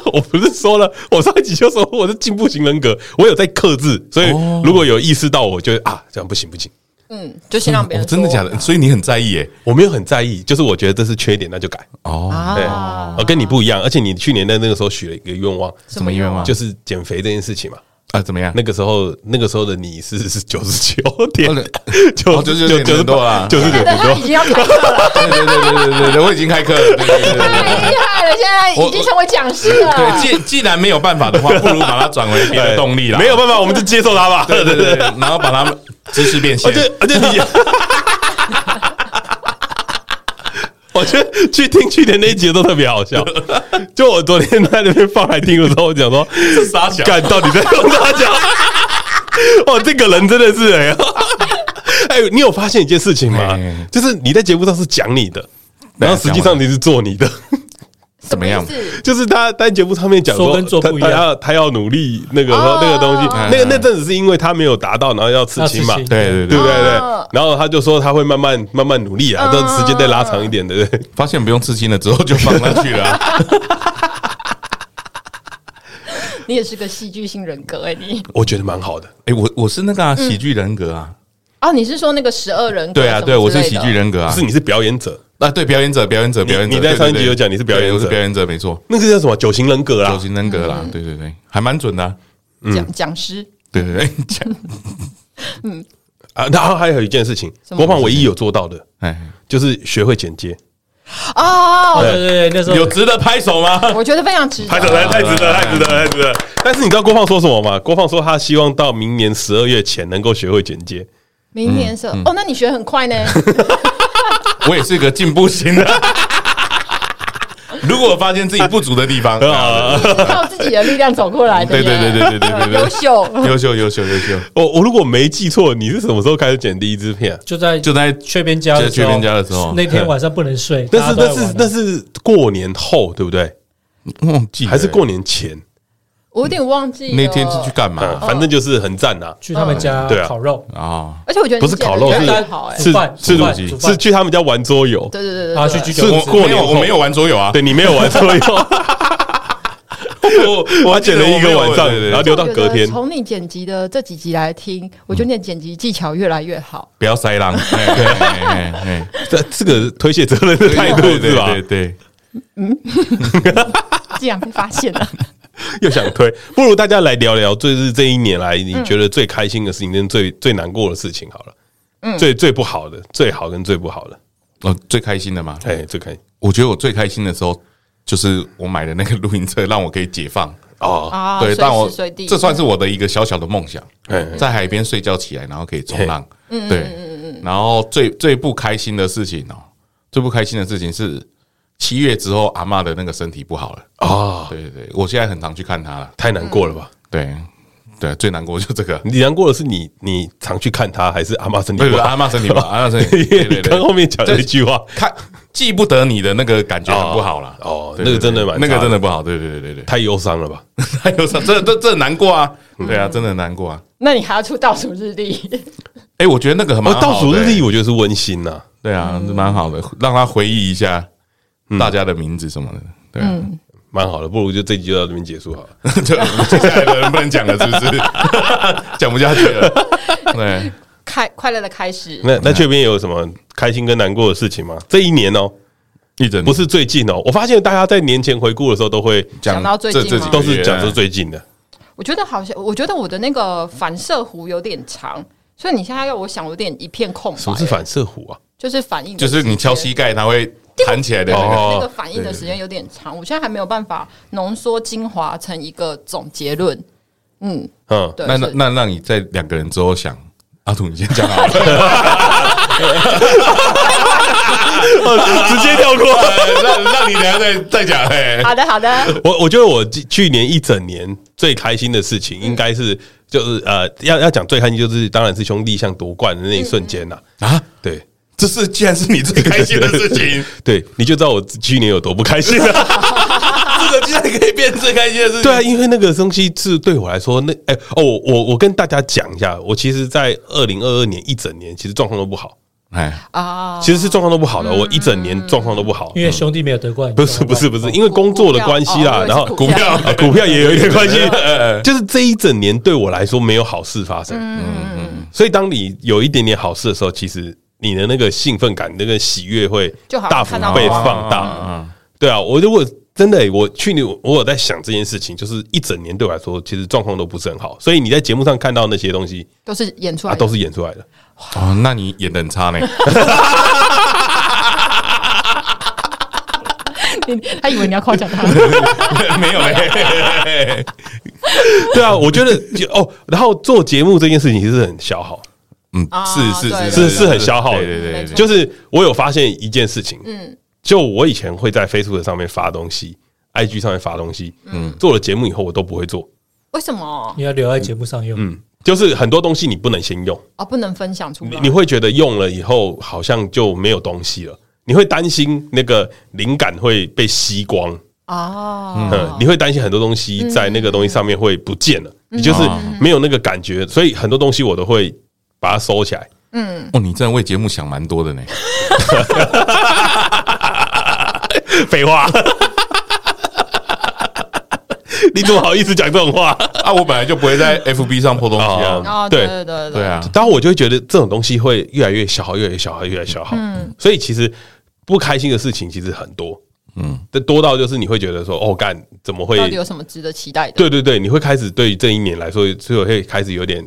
<laughs> 我不是说了，我上一集就说我是进步型人格，我有在克制，所以哦如果有意识到，我就啊，这样不行不行，嗯，就先让别人啊哦真的说假的？所以你很在意哎？我没有很在意，就是我觉得这是缺点，那就改。哦，对，啊？我跟你不一样，而且你去年在那个时候许了一个愿望，什么愿望？就就是减肥这件事情嘛。啊，怎么样？那个时候，那个时候的你是是九十九点哦对，九哦99点九十多啦九十九对点他已多。经要开课 <laughs> 了，对对对对对对对，我已经开课了。对对对对 <laughs> 太厉害了，现在已经成为讲师了对，。既既然没有办法的 <laughs> 话，不如把它转为别的动力啦。没有办法，我们就接受它吧。对对对，对然后把它知识变现而。且而且 <laughs> 你，我觉得去听去年那一集都特别好 <laughs> 笑。就我昨天在那边放来听的时候，我讲说，傻小干到底在用 <laughs> 大家？哇，哦这个人真的是哎、哎，你有发现一件事情吗哎？就是你在节目上是讲你的，然后实际上你是做你的。怎么样什意思就是他在节目上面讲说说跟做他，不一他样哎要他要努力那个哦那个东西嗯，那个那阵子是因为他没有达到，然后要刺青嘛要，刺青对对对对不，对？对嗯，然后他就说他会慢慢慢慢努力啊，嗯这时间再拉长一点，对不对？发现不用刺青了之后就放上去了 <laughs> 啊。你也是个戏剧性人格哎，你我觉得蛮好的，哎，我我是那个啊嗯喜剧人格啊，哦，你是说那个十二人格？对啊，什么对我之是类的喜剧。人格啊是。你是表演者，啊，对，表演者，表演者，表演者。你在对上一集对对有讲你是表演者对我是表演者，没错，那个叫什么九型人格啊九啦，型人格啦，对对对，还蛮准的啊。讲讲师，对对对，讲啊。然后还有一件事情，什么国防唯一有做到的哎，就是学会剪接， <laughs> 哦，对对对，那时候有值得拍手吗？我觉得非常值得。手太太值得，太值得，太值得。但是你知道郭放说什么吗？郭放说他希望到明年十二月前能够学会剪接。明年是嗯哦，那你学很快呢， <laughs> 我也是个进步型的。如果我发现自己不足的地方，啊靠自己的力量走过来的嗯对耶。对对对对对对优对，秀。优秀优秀优秀，我哦我如果没记错，你是什么时候开始剪第一支片啊？就在就在雀边家就雀边家的时候那天晚上不能睡，但是大那家都在是玩那是过年后，对不对？忘记了还是过年前？我有点忘记了那天是去干啊，嘛反正就是很赞呐。去他们家对啊烤肉，啊？而且我觉得你不是烤肉剪是得真的好哎。是煮饭是煮饭是煮饭是去他们家玩桌游，对对对对然后对，去居酒是我屋吃过没年有我没有玩桌游啊，对你没有玩桌游，我我剪了一个晚上，对对对然啊后留到我觉隔得天。从你剪辑的这几集来听，我觉得你的剪辑技巧越来越好。不要塞狼，哎哎哎哎这这个推卸责任的态度对对是吧？对对，竟然被发现了，又想推，不如大家来聊聊，就是这一年来你觉得最开心的事情跟最最难过的事情好了。最最不好的，最好跟最不好的，我最开心的嘛，哎，最开心我觉得我最开心的时候就是我买的那个露营车，让我可以解放。哦，啊对，随但我时随地，嗯这算是我的一个小小的梦想哎，在海边睡觉起来，然后可以冲浪。嗯对，然后最最不开心的事情哦，最不开心的事情是七月之后阿嬷的那个身体不好了。啊，对对对，我现在很常去看她了。太难过了吧？对对，最难过就这个，你难过的是你你常去看他，还是阿妈身不体是不 <laughs> 好？阿嬷身体不好，阿嬷身体，因对为对你刚对，后面讲了一句话，看记不得你的那个感觉很不好啦。哦哦对对那个真的对蛮那个差的真的不好。对对对对 <laughs> 对，太忧伤了吧？还有啥？这这这难过啊！对啊，真的难过啊！那你还要出倒数日历，哎，我觉得那个很哦蛮，好的倒数日欸历我觉得是温馨呐、对啊，嗯蛮好的，让他回忆一下嗯大家的名字什么的。对啊，嗯 <laughs> 蛮好的，不如就这集就到这边结束好了。 <laughs> 就接下来的人不能讲了，是不是？讲不下去了。对，开快乐的开始。那那这边有什么开心跟难过的事情吗？这一年哦，一整不是最近哦，我发现大家在年前回顾的时候都会嗯讲到最这近这吗几个都是月啊讲是最近的，我觉得好像，我觉得我的那个反射弧有点长，所以你现在要我想，我有点一片空白。什么是反射弧啊？就是反应的就时间，是你敲膝盖，它会弹起来的那个。哦那个反应的时间有点长，我现在还没有办法浓缩精华成一个总结 <laughs> 论。嗯，嗯，对，那那是那让你在两个人之后想，阿土你先讲好 <laughs> 了，嗯 <laughs> 直接跳过。 <laughs> 让让你等下再再讲。哎，好的好的，我我觉得我去去年一整年最开心的事情，应该是就是呃，要要讲最开心，就是当然是兄弟像夺冠的那一瞬间呐。啊，对这是既然是你最开心的 <laughs> 事情，对，你就知道我去年有多不开心啊了。 <laughs> 这个竟然可以变最开心的事情。对啊，因为那个东西是对我来说，那哎、哦，我我我跟大家讲一下，我其实，在二零二二年一整年，其实状况都不好，哎，啊，其实是状况都不好的，我一整年状况都不好。因为兄弟没有得冠，不是不是不是，因为工作的关系啦，哦然后股票啊股票也有一点关系，就是这一整年对我来说没有好事发生。所以当你有一点点好事的时候，其实你的那个兴奋感、那个喜悦会就好大幅看到被光放大。嗯，对啊，我如果真的欸、我去年我有在想这件事情，就是一整年对我来说，其实状况都不是很好。所以你在节目上看到那些东西都是演出来啊，的都。是演出来的。哦，那你演的很差 <laughs> 呢。 <laughs> 他以为你要夸奖他，没有嘞，对啊，我觉得就哦，然后做节目这件事情其实很消耗。 <laughs> 嗯，啊是对是是是很消耗的对对对没对，错就是我有发现一件事情，嗯，就我以前会在 Facebook 上面发东西，IG 上面发东西，嗯，做了节目以后我都不会做，为什么？你要留在节目上用。嗯，就是很多东西你不能先用，哦，不能分享出你来。你会觉得用了以后好像就没有东西了。你会担心那个灵感会被吸光，哦，嗯，你会担心很多东西在那个东西上面会不见了，你就是没有那个感觉，所以很多东西我都会把它收起来。 <laughs> 哦，你真的为节目想蛮多的呢。废话， <laughs> 你怎么好意思讲这种话？ <laughs> 啊，我本来就不会在嗯 FB 上破东西啊。哦，对对对对对，啊，当然我就会觉得这种东西会越来越消耗，越来越消耗，越来越消耗。嗯，所以其实不开心的事情其实很多，嗯，多到就是你会觉得说，哦，干怎么会？到底有什么值得期待的？对对对，你会开始对于这一年来说，就会开始有点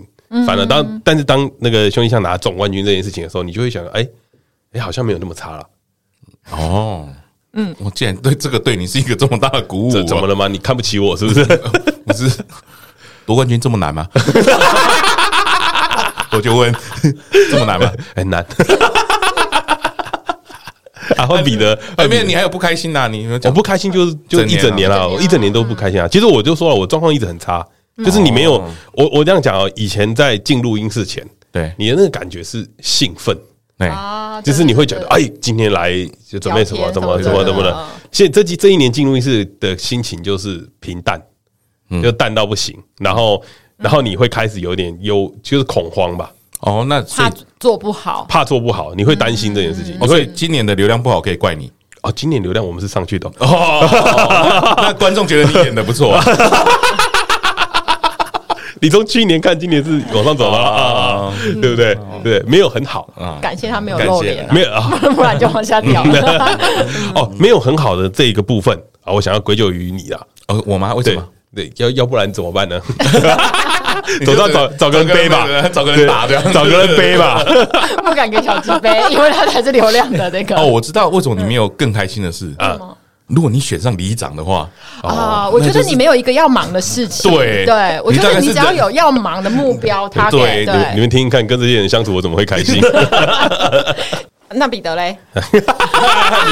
烦嗯了。当但是当那个兄弟象拿总冠军这件事情的时候，你就会想，哎、哎、好像没有那么差了，哦，嗯，我竟然对这个对你是一个这么大的鼓舞这啊，怎 <laughs> 么了吗？你看不起我是不是？ <laughs> 不是夺冠军这么难吗？ <laughs> 我就问， <laughs> 这么难吗？很哎难。 <laughs> 啊，会比的，外面你还有不开心呐、啊你我讲哦不开心就是就整一年啊整年了，我一整年都不开心啊。其实我就说了，我状况一直很差，就是你没有哦我我这样讲哦，以前在进录音室前，对，你的那个感觉是兴奋，哎、啊，就是你会觉得对，哎，今天来就准备什么聊天怎么什怎么么的怎么嗯了。现这几这一年进录音室的心情就是平淡，就淡到不行，然后然后你会开始有点忧，就是恐慌吧，哦，那对所对以怕做不好，怕做不好，你会担心这件事情，哦，你所会以今年的流量不好可以怪你。哦，今年流量我们是上去的哦，哦， <laughs> 那观众觉得你演的不错、 <laughs> 啊，你从去年看，今年是往上走了啊，对不对？对，没有很好，感谢他没有感谢露脸啊，没有啊，不然就往下掉了。哦，没有很好的这一个部分啊，我想要归咎于你啊，哦，我吗？为什对么？对，要要不然怎么办呢？你走就到是找找个人背吧，找个人打这样子，找个人背吧。 <laughs> 不敢给小鸡杯，因为他才是流量的那个。哦，我知道为什么你没有更开心的事嗯啊。如果你选上里长的话，啊，我觉得你没有一个要忙的事情。对对，我你觉大得概是你只要有要忙的目标，他给对你们你对。们听听看，跟这些人相处，我怎么会开心？那彼得嘞，你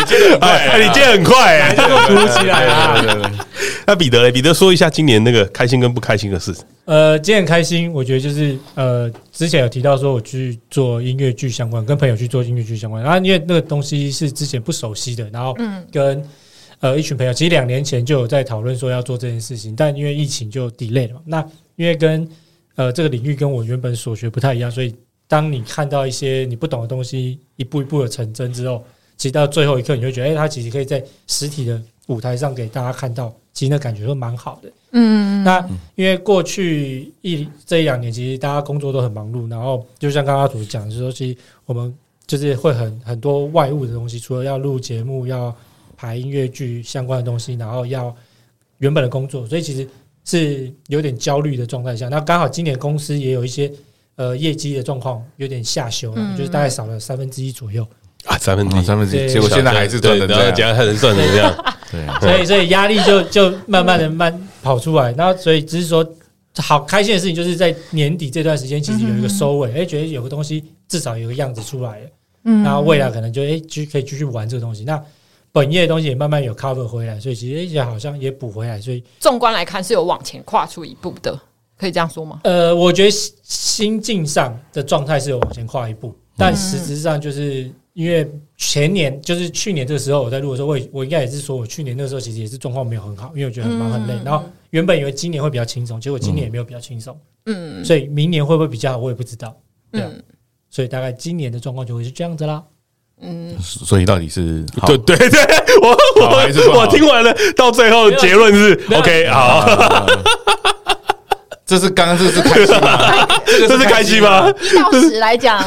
接得很快啊哎，你今天很快哎，突如其来啊！对对对对那彼得嘞，彼得说一下今年那个开心跟不开心的事。呃，今天很开心，我觉得就是呃，之前有提到说我去做音乐剧相关，跟朋友去做音乐剧相关，然后啊因为那个东西是之前不熟悉的，然后嗯跟呃一群朋友，其实两年前就有在讨论说要做这件事情，但因为疫情就 delay 了嘛。那因为跟呃这个领域跟我原本所学不太一样，所以当你看到一些你不懂的东西一步一步的成真之后，其实到最后一刻，你会觉得，哎、它其实可以在实体的舞台上给大家看到，其实那感觉都蛮好的。嗯，那因为过去一这一两年，其实大家工作都很忙碌，然后就像刚刚主讲的说，其实我们就是会很很多外务的东西，除了要录节目、要排音乐剧相关的东西，然后要原本的工作，所以其实是有点焦虑的状态下。那刚好今年公司也有一些呃业绩的状况有点下修了，嗯就是大概少了三分之一左右，啊，三分之啊一，三分之一，对结果现在还是赚的对然后这样，讲还能赚成这样，对啊， <laughs> 所以所以压力就就慢慢的慢跑出来，然后所以只是说好开心的事情，就是在年底这段时间其实有一个收尾，哎、觉得有个东西至少有个样子出来了，嗯那未来可能就哎继、续可以继续玩这个东西，那本业的东西也慢慢有 cover 回来，所以其实哎也好像也补回来，所以纵观来看是有往前跨出一步的，可以这样说吗？呃，我觉得心心境上的状态是有往前跨一步，但实质上就是因为前年，就是去年这个时候我在录的时候，我也我应该也是说，我去年那个时候其实也是状况没有很好，因为我觉得很忙很累。然后原本以为今年会比较轻松，结果今年也没有比较轻松，嗯所以明年会不会比较好，我也不知道。对啊嗯所以大概今年的状况就会是这样子啦。嗯，所以到底是好对对对，我好还是不好我我听完了，到最后结论是没有 OK，好，这是刚刚这是开心 <laughs> 吗？这是开心吗？一到十来 <laughs> 讲，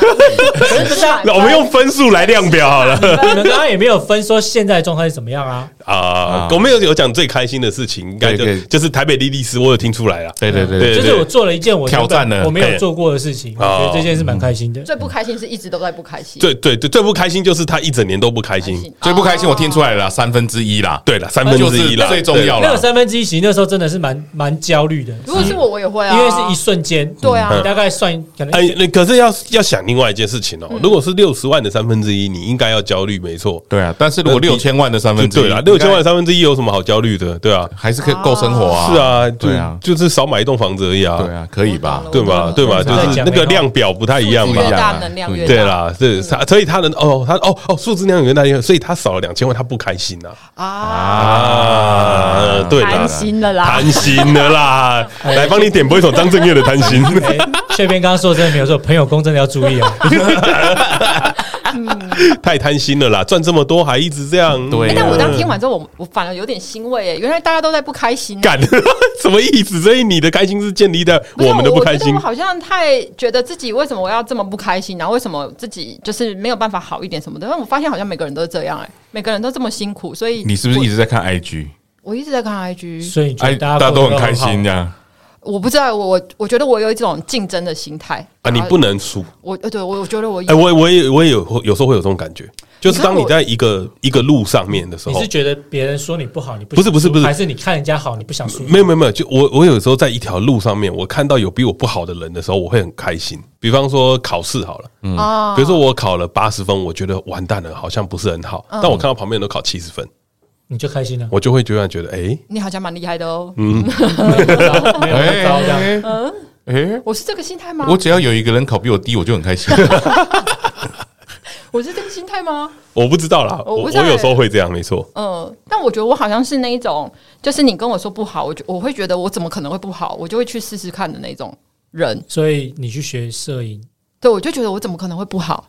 那我们用分数来量表好了你们刚刚也没有分说现在的状态是怎么样啊？啊！我们有有讲最开心的事情，应该就对对就是台北莉莉丝，我有听出来了。对对对对对，就是我做了一件我挑战了我没有嘿做过的事情，我哦觉得这件事蛮开心的。最不开心是一直都在不开心，对对对，最不开心就是他一整年都不开心。最不开心我听出来了啦，三分之一啦，对了，三分之一就了，是最重要那个了。三分之一其实那时候真的是蛮蛮焦虑的，如果是我，我也会啊，因为是一瞬间，对啊你大概算可能哎，那可是要要想另外一件事情哦。如果是六十万的三分之一，你应该要焦虑，没错。对啊，但是如果那比六千万的三分之一，对啦，六千万的三分之一有什么好焦虑的？对啊，还是可以够生活啊。是啊，就对啊，就是少买一栋房子而已啊，对啊，可以吧我？对懂吧？对吧？我就懂是那个量表不太一样不一越样吧？大能量越大，对啦，对，嗯他所以他的哦，他哦哦，数字量原来有，所以他少了两千万，他不开心呐啊，啊，对啦贪，心了啦，哎贪心的 <laughs> 啦，来帮你点播一首张震岳的《贪心》。哎，雀边刚刚说的真的没有错，朋友公真的要注意啊。太贪心了啦，赚这么多还一直这样，对哎啊但我刚听完之后，我我反而有点欣慰耶，原来大家都在不开心。啊干 <laughs> 什么意思？所以你的开心是建立在是我们的不开我觉心得我。好像太觉得自己为什么我要这么不开心，然后为什么自己就是没有办法好一点什么的。但我发现好像每个人都这样，哎，每个人都这么辛苦，所以你是不是我一直在看 IG？我一直在看 IG？所以你觉哎，得大家大家都过得很开好心这，样。我不知道，我我我觉得我有一种竞争的心态啊，你不，能输！我呃对我我觉得我哎、我我也我也有有时候会有这种感觉，就是当你我在一个一个路上面的时你候是，觉得别人说你不好，你不不是不是不是还是你看人家好，你不想输？没有没有没有，就我我有时候在一条路上面，我看到有比我不好的人的时候，我会很开心。比方说考试好了，啊比如说我考了八十分，我觉得完蛋了，好像不是很好，嗯但我看到旁边人都考七十分，你就开 <laughs> 心了，我就会突然觉得，哎、你好像蛮厉害的哦，嗯没有那么糟这样。哎哎，我是这个心态吗？我只要有一个人考比我低，我就很开心。我是这个心态吗？我不知道啦，我我不我知道有时候会这样，没错。嗯，但我觉得我好像是那一种，就是你跟我说不好，我就我会觉得我怎么可能会不好，我就会去试试看的那种人。所以你去学摄影，对，我就觉得我怎么可能会不好，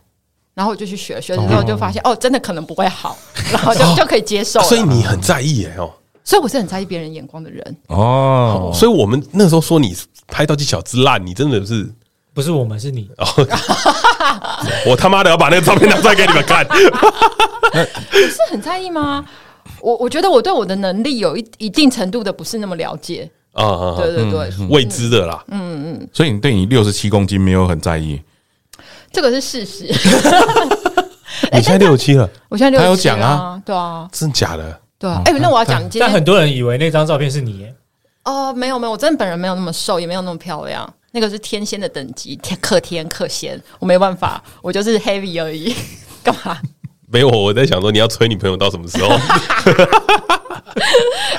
然后我就去学，学了之后就发现哦真的可能不 <laughs> 会好，然后就、就可以接受了。哦啊所以你很在意耶、哦。所以我是很在意别人眼光的人。 <laughs> 哦，所以我们那时候说你拍到技巧之烂，你真的是， <laughs> 不是我们是你，哦我他妈的要把那个照片拿出来给你们 <laughs> 看。啊你是很在意吗？我我觉得我对我的能力有一一定程度的不是那么了解。啊啊，啊对嗯对对，未知的啦，所以你对你六十七公斤没有很在意？这个是事实。 <laughs> 你哎现在六十七了，我现在他六有十七讲啊啊，对啊，真假的？对啊。哎、那我要讲今嗯但天很多人以为那张照片是你耶，哦，没有没有，我真的本人没有那么瘦，也没有那么漂亮，那个是天仙的等级，天可天可仙，我没办法，我就是 heavy 而已。 <laughs> 干嘛？没有，我在想说你要催你朋友到什么时候？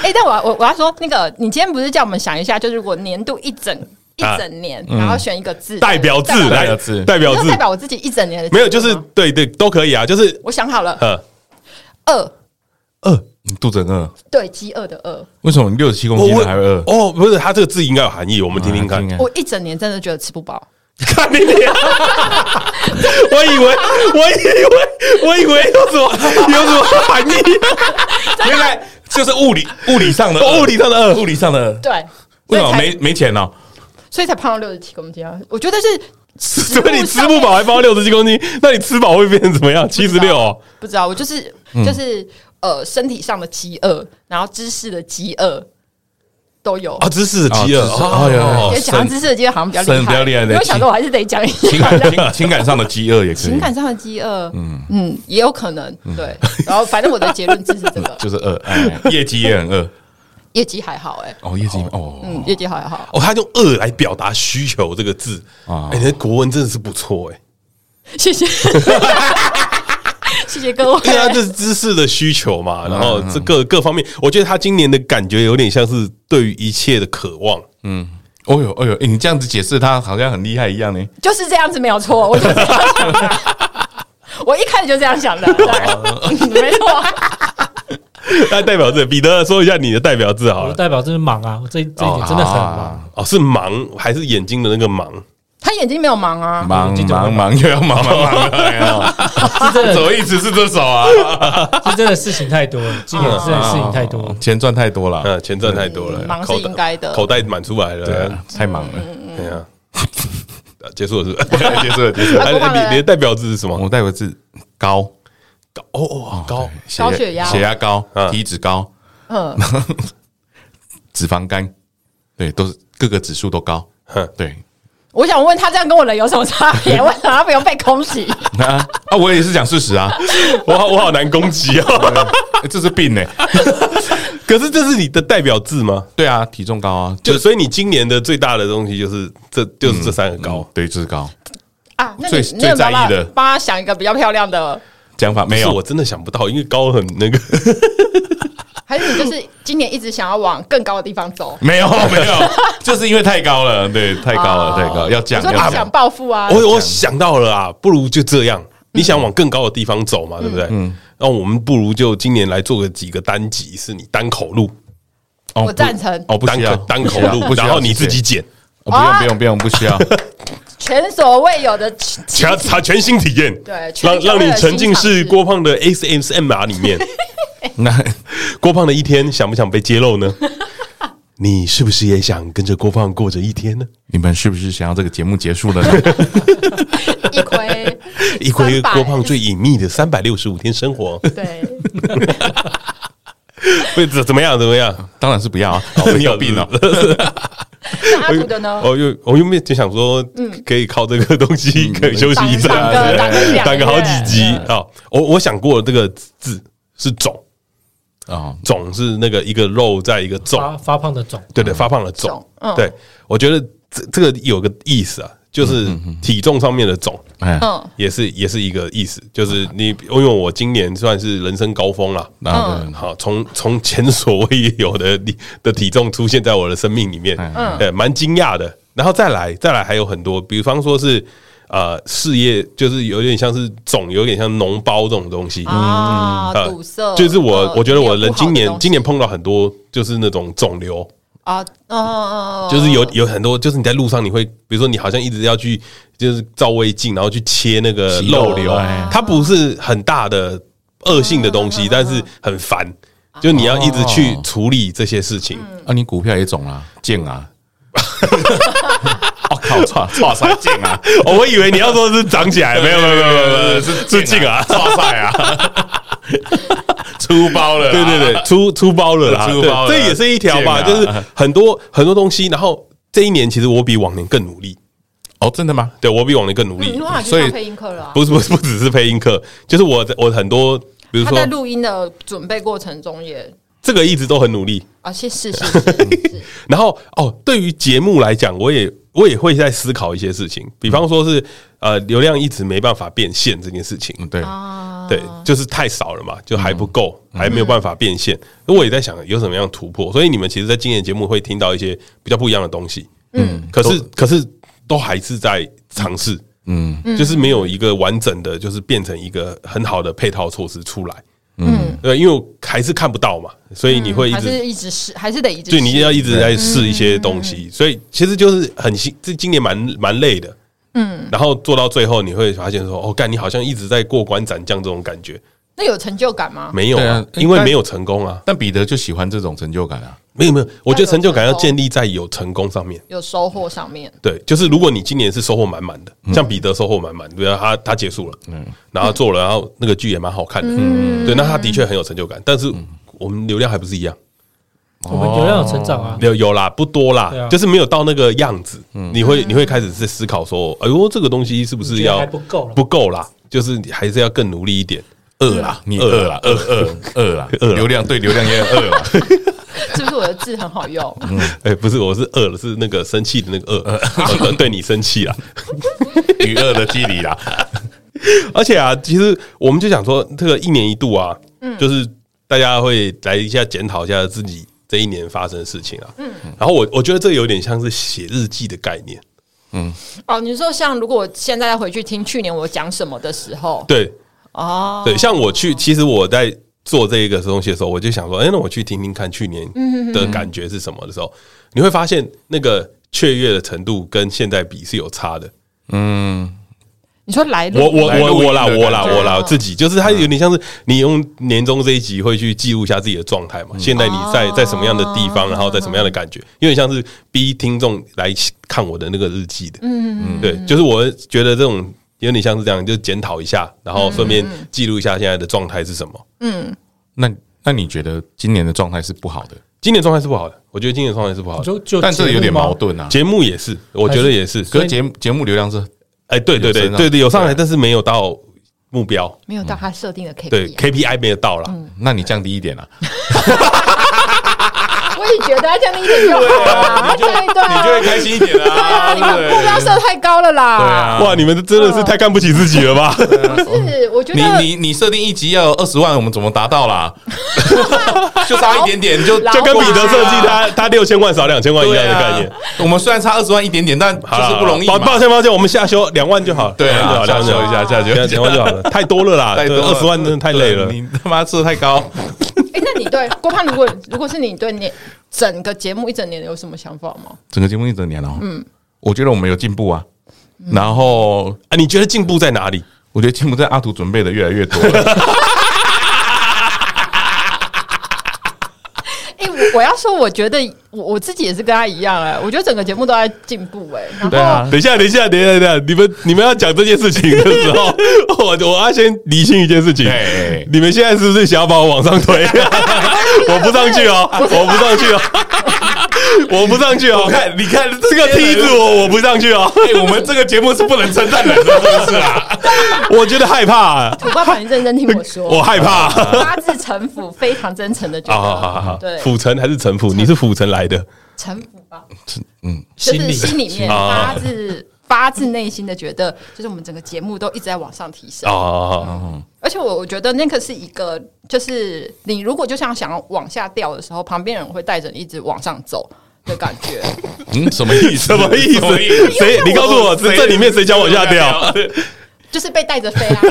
哎、但我要我我要说，那个你今天不是叫我们想一下，就是如果年度一整一啊整年，然后选一个字代表字代来表字，代表你字就代表我自己一整年的字没有，就是吗对对都可以啊，就是我想好了，呃饿，呃，你肚子很饿？对，饥饿的饿，为什么你六十七公斤了啊还会饿？哦，不是，他这个字应该有含义，我们听听看。啊我一整年真的觉得吃不饱。看你脸， <laughs> 我以为我以为我以为有什么有什么含义，原来就是物理物理上的哦饿物理上的饿物理上的对，为什么所以才没没钱啊呢？所以才胖到六十七公斤啊！我觉得是食 <laughs> 所物以你吃上不面饱还包六十七公斤，那你吃饱会变成怎么 <laughs> 样？七十六哦，不知道，我就是就是呃，身体上的饥饿，然后知识的饥饿都有。啊，知识的饥饿，啊知识哦哟，哦哦因为讲到身知识的饥饿好像比较厉害，身比较厉害因对为我想说我还是得讲一情下 <laughs> 感情情感上的饥饿也可以， <laughs> 情感上的饥饿，嗯嗯，也有可能对。然后反正我的结论支持这个， <laughs> 就是饿，哎业绩也很饿业绩还好哎，哦，业绩哦，嗯，业绩还好，哦，他用“饿”来表达需求这个字哦啊，哎，你的国文真的是不错哎，谢谢， <laughs> 谢谢各位因。为他啊这是知识的需求嘛，然后这各各方面，我觉得他今年的感觉有点像是对于一切的渴望， <laughs> 哦呦哦呦，哎你这样子解释他好像很厉害一样呢。就是这样子，没有错，我就是这样想的。我一开始就这样想的，对 <laughs> 没错。那代表字，彼得说一下你的代表字好我了的。代表真是忙啊，我这这一点真的很忙。啊哦，是盲还是眼睛的那个盲？他眼睛没有盲嗯啊，忙忙忙又要忙忙忙了哎呦，是真怎 <laughs> 的，么一直是这首啊？是真的事情太多了，今年真的事情太多了。哦钱赚太多了，嗯，钱赚太多了，嗯忙是口袋应该的口袋满出来了。啊对啊，太忙了。 <laughs> 对啊，啊结束了是不是？结束了，结束了。 <laughs> 哎郭胖你呢你的代表字是什么？哦我代表是高高哦哦高血高血压血压高、嗯体脂高、嗯， <laughs> 脂肪肝，对，都是各个指数都高哼。对，我想问他这样跟我人有什么差 <laughs> 别？为什么他不用被空袭？那啊，我也是讲事实啊， <laughs> 我好我好难攻击哦。哎这是病呢。可是这是你的代表字吗？对啊，体重高啊，就所以你今年的最大的东西就是这就是这三个高高，对，就是高。啊，那最你你有最在没有意办的法帮他想一个比较漂亮的？讲法没不有是我真的想不到，因为高很那个。还是你就是今年一直想要往更高的地方走？没有没有， <laughs> 就是因为太高了，对，太高了，哦太高，要降我说要你想降。暴富啊？我我想到了啊，不如就这样。嗯你想往更高的地方走嘛，对不对？嗯，那我们不如就今年来做个几个单集，是你单口录，哦我赞成不哦，不单需口要单口不需要录，不需要然后你谢谢自己剪，哦不啊用不用不用，不需要。 <laughs> 前所未 <laughs> 有的奇迹全全全新体验，对全让球让的你新沉浸尝式试郭胖的 S M M R 里 <laughs> 面。那郭胖的一天想不想被揭 <laughs> 露呢？你是不是也想跟着郭胖过着一天呢？你们是不是想要这个节目结束了呢？一 <laughs> 窥一窥300郭胖最隐秘的三百六十五天生 <laughs> 活，对，会怎怎么样？怎么样？当然是不要 <laughs> 啊，你有病哦！那阿土的呢？嗯我哦又我又没就想说，可以靠这个东西可以休息一挡下，个挡个一两个挡月个好几集啊！我我想过这个字是肿，哦，肿是那个一个肉在一个肿，发发胖的肿，对对，发胖的肿肿。嗯对，我觉得这这个有个意思啊，就是体重上面的肿。哎，嗯，也是也是一个意思，就是你因为我今年算是人生高峰啊了。然后嗯就嗯好，从从前所未有的体 <laughs> 的体重出现在我的生命里面，嗯对，蛮惊讶的。然后再来，再来还有很多，比方说是呃，事业就是有点像是肿，有点像脓包这种东西，啊，呃堵塞，就是我呃我觉得我没有人不好的今年东西今年碰到很多就是那种肿瘤，啊，嗯嗯嗯，就是有有很多，就是你在路上你会，比如说你好像一直要去就是照胃镜，然后去切那个息肉肉瘤哎，它不是很大的恶性的嗯东西，但是很烦，就你要一直去哦处理这些事情。嗯啊，你股票也肿啦，贱 <laughs> 啊！我哦靠，错错赛贱 <laughs> 啊！哦我以为你要说是长起来，没有没有没有没有没有，是是进进啊。错赛啊！出包了啦，对对对，出出包了啦，出包了对这也是一条吧，贱就啊是很多很多东西。然后这一年其实我比往年更努力， <laughs> 哦，真的吗？对我比往年更努嗯力你。忘了去所以上配音课了啊。不是不是不只是配音课，就是我在我很多，比如他说在录音的准备过程中也这个一直都很努力，啊，是是 <laughs> 是是是，然后哦，对于节目来讲，我也我也会在思考一些事情，比方说是呃，流量一直没办法变现这件事情，嗯，对，啊，对，就是太少了嘛，就还不够，还没有办法变现。我也在想有什么样的突破，所以你们其实，在今年节目会听到一些比较不一样的东西，嗯，可是可是都还是在尝试，嗯，就是没有一个完整的，就是变成一个很好的配套措施出来，嗯，对，因为我还是看不到嘛，所以你会一还直是一直是，还是得一直对，试，你要一直在试一些东西，所以其实就是很辛，这今年蛮蛮累的，嗯，然后做到最后，你会发现说，哦，干，你好像一直在过关斩将这种感觉，那有成就感吗？没有对啊，啊因为但没有成功啊，但彼得就喜欢这种成就感啊，没有没有，我觉得成就感要那有成功建立在有成功上面。有收获上面，对，就是如果你今年是收获满满的，像彼得收获满满，对啊，他他结束了，嗯，然后做了，然后那个剧也蛮好看的，对，那他的确很有成就感，但是我们流量还不是一样，我们流量有成长啊，有有啦，不多啦对，啊就是没有到那个样子，你会你会开始在思考说，哎呦，这个东西是不你是觉得要还不够了不够啦，就是你还是要更努力一点，饿啦，你饿饿了，饿饿饿了， <laughs> 流量对流量也很饿了，是不是我的字很好用？哎、不是，我是饿了，是那个生气的那个饿，呃对对你生气啦。 <laughs> 与饿的距离啦。而且啊，其实我们就想说，这个一年一度啊，就是大家会来一下检讨一下自己这一年发生的事情啊。然后我我觉得这有点像是写日记的概念，哦，你说像如果我现在再回去听去年我讲什么的时候，对哦，对，像我去，其实我在做这个东西的时候，我就想说，哎、那我去听听看去年的感觉是什么的时候，你会发现那个雀跃的程度跟现在比是有差的。你说来路我我来我录音我啦的我啦感觉我啦嗯自己就是它有点像是你用年终这一集会去记录一下自己的状态嘛，现在你在在什么样的地方，然后在什么样的感觉，有点像是逼听众来看我的那个日记的，嗯嗯，对，就是我觉得这种有点像是这样，就检讨一下，然后顺便记录一下现在的状态是什么。那那你觉得今年的状态是不好的？今年状态是不好的，我觉得今年状态是不哦好的，就就但这节目有点吗矛，盾啊。节目也是，我觉得也是，可是节目节目流量是哎，对对对有升啊对对，有上来，对但是没有到目标，没有到他设定的 KPI，嗯对 KPI 没有到啦。那你降低一 <laughs> 点啊，啊我也觉得他降低一点就好了，他降低对啊，开心一点啊你们目标设太高了啦，对啊，哇，你们真的是太看不起自己了吧？啊不是，我觉你得你你设定一集要二十万，我们怎么达到 <laughs> 啦？就差一点点，就老就跟板彼得设计啊他他六千万少两千万一样对的啊概念，我们虽然差二十万一点点，啊但就好啦是不容易抱嘛。抱歉抱歉，我们下修两万就好，对啊，两下万修就一好，下，下修一两下千万就好了，太多了 <laughs> 啦，太多了二十万真的太累了对。你他妈设太高。哎、那你对郭胖，如果如果是你对你整个节目一整年有什么想法吗？整个节目一整年了，嗯，我觉得我们有进步啊。然后啊，你觉得进步在哪里？我觉得进步在阿图准备的越来越多 <laughs> 了，哎、我我要说，我觉得我我自己也是跟他一样哎、我觉得整个节目都在进步哎、然后、对啊，等一下，等一下，等一下，等一下，你们你们要讲这件事情的时候， <laughs> 我我要先理清一件事情哎，你们现在是不是想要把我往上 <laughs> 推？我不上去哦，我不上去哦，我不上去哦，我看，你看这个梯踢子，住我，我不上去哦。 <laughs> 哎我们这个节目是不能称赞人的，是不是啊？ <laughs> 我觉得害怕、土瓜板，你认真听我说，我害怕。啊发自城府，非常真诚 <laughs> 的觉啊，得，好好好，对，府城还是城府？你是府城来的，城府吧，嗯，就是心心里面啊发自。发自内心的觉得，就是我们整个节目都一直在往上提啊升，哦，而且我我觉得那个是一个，就是你如果就像想要往下掉的时候，旁边人会带着你一直往上走的感觉。嗯，什么意思？什么意思？谁？你告诉我，这这里面谁教我啊下掉？ <laughs> 就是被带着飞啊。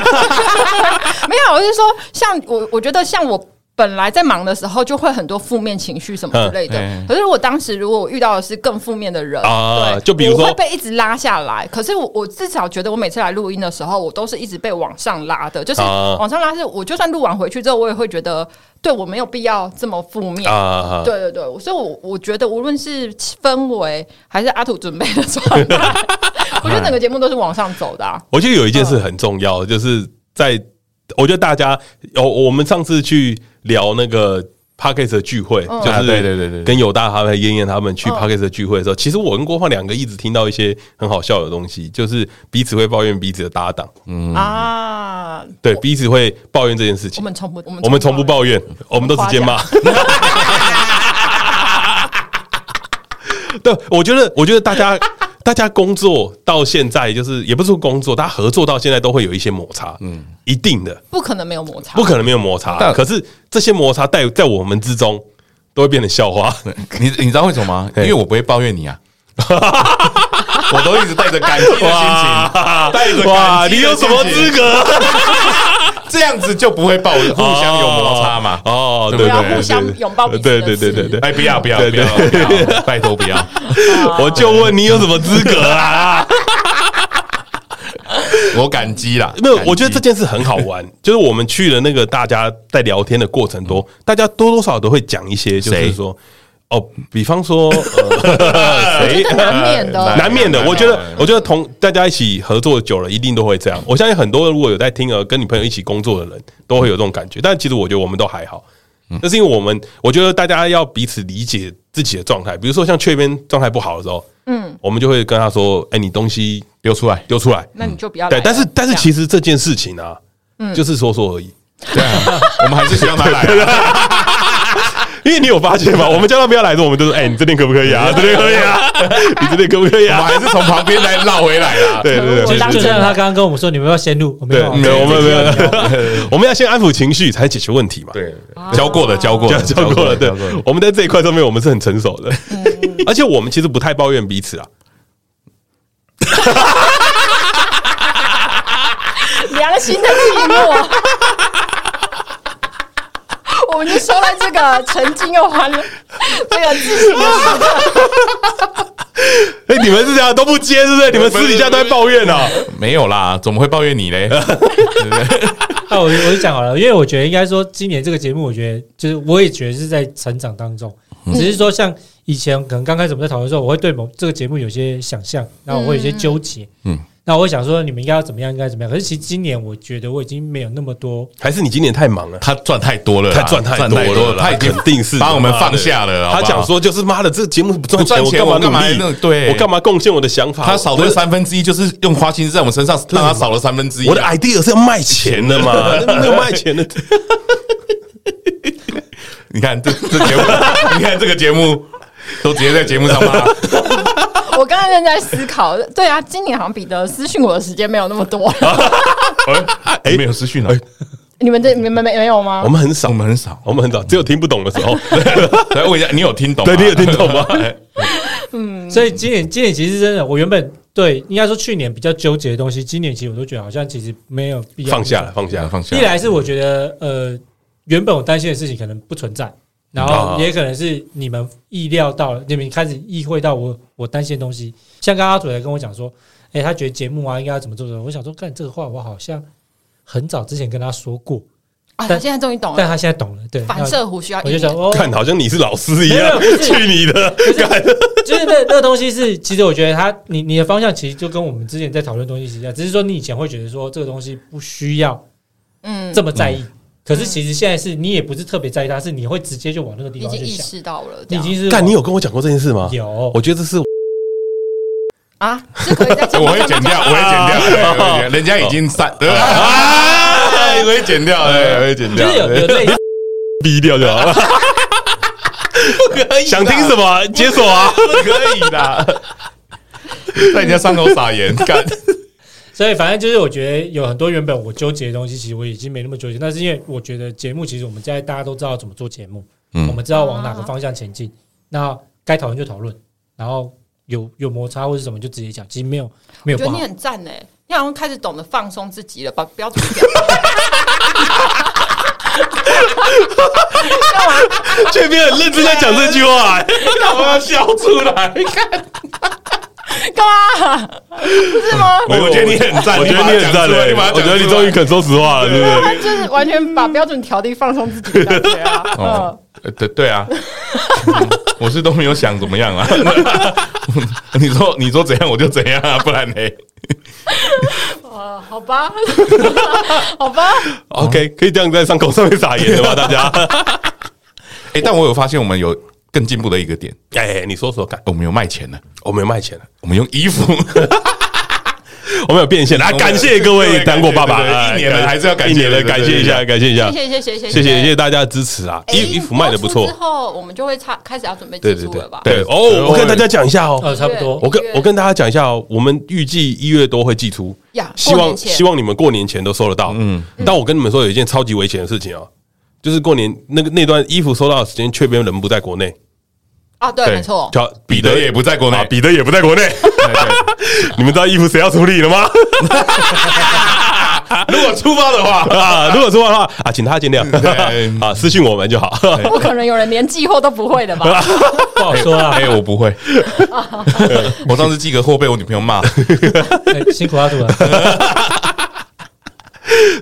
没有，我是说，像我，我觉得像我。本来在忙的时候就会很多负面情绪什么之类的，嗯嗯可是我当时如果我遇到的是更负面的人啊对就比如说我会被一直拉下来。可是我我至少觉得我每次来录音的时候，我都是一直被往上拉的，就是啊往上拉是我就算录完回去之后，我也会觉得对我没有必要这么负面。啊，对对对，所以我我觉得无论是氛围还是阿土准备的状 <laughs> 态，我觉得整个节目都是往上走的、啊。我觉得有一件事很重要，就是在我觉得大家有我们上次去聊那个 p a c k e t 的聚会，就啊是对对对对跟友大他们、燕燕他们去嗯 p a c k e t 的聚会的时候，其实我跟郭胖两个一直听到一些很好笑的东西，就是彼此会抱怨彼此的搭档，啊，对，彼此会抱怨这件事情我。们从不，我们我们从不抱怨，我们都直接 <laughs> 骂。对，我觉得，我觉得大家，大家工作到现在，就是也不是说工作，大家合作到现在都会有一些摩擦，嗯，一定的，不可能没有摩擦，不可能没有摩擦。但可是这些摩擦在在我们之中都会变成笑 <laughs> 话。你啊你知道为什么吗？因为我不会抱怨你 <laughs> 啊，我都一直带着感激的心情，带着哇，感你激的有什么心情资格？这样子就不会抱怨，互相有摩擦嘛。哦，对不对要对对，互相对拥抱彼此对的对对对刺对。哎，不要不要对不对要，不要拜托不要。我就问你有什么资格啊？我感激啦。没有感，激我觉得这件事很好 <laughs> 玩，就是我们去了那个大家在聊天的过程多，大家多多少少都会讲一些，就谁是说。哦，比方 <laughs> 说，呃谁呃难免的难免的，来我觉来得来，我觉得同大家一起合作久了，一定都会这样。我相信很多如果有在听呃跟你朋友一起工作的人，都会有这种感觉。但其实我觉得我们都还好，那是因为我们我觉得大家要彼此理解自己的状态。比如说像雀边状态不好的时候，嗯，我们就会跟他说：“哎，你东西丢出来，丢出来。”那你就不要来对了。，但是但是这样嗯其实这件事情啊，就是说说而已。对啊，我们还是希望他来啊。因为你有发 <laughs> 现吗？我们叫他不要来的时候，我们都说：“哎、你这边可不可以啊？这边可不可以啊？你这边可不可以我啊们还是从旁边来绕回来啊啦？”。对对我对当就真像了他刚刚跟我们说，你们要不要先录，我没对，有啊，没有，我们没有这一集要聊， <laughs> 我们要先安抚情绪，才解决问题嘛。对，教过的，教过教的，教过了，对教过了，我们在这一块上面，我们是很成熟的，嗯而且我们其实不太抱怨彼此啊。良心的 <laughs> 寂寞。我们就收了这个曾经又欢 <laughs> 乐，这个自信的时刻哎，你们是这样都不接，是不是？你们私底下都在抱怨啊？没有啦，怎么会抱怨你嘞？呃那啊我我就讲好了，因为我觉得应该说，今年这个节目，我觉得就是我也觉得是在成长当中，嗯只是说像以前可能刚开始我们在讨论的时候，我会对某这个节目有些想嗯象，然后我会有些纠结，嗯嗯，那我会想说你们应该要怎么样，应该怎么样。可是其实今年我觉得我已经没有那么多，还是你今年太忙了？他赚太多了啦，他赚太多了啦他已经肯定是把我们放下了。好他不好讲，说就是妈的，这个节目不赚不赚钱钱，我我干干嘛嘛努那力？对我干嘛贡献我的想法？他少我了的三分之一，就是用花心思在我们身上，让他少了三分之一啊。我的 idea 是要卖 <laughs> 钱的嘛，没有卖钱的，你看这这节目，你看这个节目，都直接在节目上骂。 <laughs> 我刚刚正在思考，对啊，今年好像彼得私讯我的时间没有那么多。 <laughs> 啊哎，没有私讯了，你们这你们没没有吗我？们很少我，们很少。嗯我们很少，只有听不懂的 <laughs> 时候。来问一下，你有听懂吗？ <laughs> 对你有听 <laughs> 懂吗嗯所以今年今年其实真的，我原本对应该说去年比较纠结的东西，今年其实我都觉得好像其实没有必要放下了，放下讲了，放下一。来是我觉得呃，原本我担心的事情可能不存在，然后啊也可能是你们意料到了，你们开始意会到我我担心的东西。像刚刚阿祖来跟我讲说，哎、他觉得节目啊应该要怎么做怎么做，我想说，干这个话我好像很早之前跟他说过，啊，但现在终于懂但了，他现在懂了，对，反射弧需要那我一就年想。哦，看好像你是老师一样，没有不是去你的，干 <laughs> 就是那那个东西是，其实我觉得他你你的方向其实就跟我们之前在讨论的东西是一样，只是说你以前会觉得说这个东西不需要嗯，这么在意，可是其实现在是你也不是特别在意它，是你会直接就往那个地已方经去意想。识到了，这你已样经是干，你有跟我讲过这件事吗？有我觉得这是啊，是可以在哎节目 <laughs> 我 <laughs> 上会面剪掉，讲我会 <laughs> 剪掉哎我会剪掉，哦人家已经散，对 <laughs> 吧？哎我会剪掉，哎我会剪掉就。是有有这一逼掉就好了。可以啦想听什么解锁啊？不可以的，在人家伤口撒 <laughs> 盐，干所以反正就是我觉得有很多原本我纠结的东西，其实我已经没那么纠结。但是因为我觉得节目其实我们现在大家都知道怎么做节目，嗯我们知道往哪哦个方向前进，那该讨论就讨论，然后有有摩擦或是什么就直接讲，其实没有没我有觉得不你好。很赞哎，你好像开始懂得放松自己了吧？不要这么讲，这边很认真在讲这句话，我要笑出来。干嘛？不是 <laughs> 吗？ <laughs> 我觉得你很赞，我觉得你很赞的嘞，，我觉得你终于肯说实话了，对啊不对？就是完全把标准调低，放松自己的感觉啊。 <laughs> 嗯哦，，呃对对 <laughs> 啊，我是都没有想怎么样啊。 <laughs> 你说你说怎样我就怎样啊，不然呢？呃，好 <laughs> 吧，好吧， OK，可以这样在伤口上面撒盐的吗？大家， <laughs> 哎，但我有发现我们有更进步的一个点，哎，你说说看，我们哦有卖钱了，我没有卖钱了，我们用衣服。我们有变现了，啊感谢各位当过爸爸对对对哎一年了还是要感谢一年了，对对对感谢一下，感谢一下，谢谢谢谢谢谢谢谢大家的支持啊！哎衣衣服卖的不播出之错，后我们就会差开始要准备寄出了吧？对哦，我跟大家讲一下哦，呃，差不多我，跟一月我跟大家讲一下哦，我们预计一月多会寄出呀，希过年望前希望你们过年前都收得到。嗯，但我跟你们说有一件超级危险的事情哦，就是过年那个那段衣服收到的时间，却边人不在国内，啊，对，对没错，叫彼得也不在国内啊，彼得也不在国内。你们知道衣服谁要处理了吗？ <laughs> 如果出发的话， <laughs> 啊，如果说的话啊，请他见 <laughs> 对谅 <laughs> 啊，私信我们就好。不可能有人连寄货都不会的吧？不好说啦。哎，我不会。我上次寄个货被我女朋友骂， <laughs> 哎辛苦阿祖了，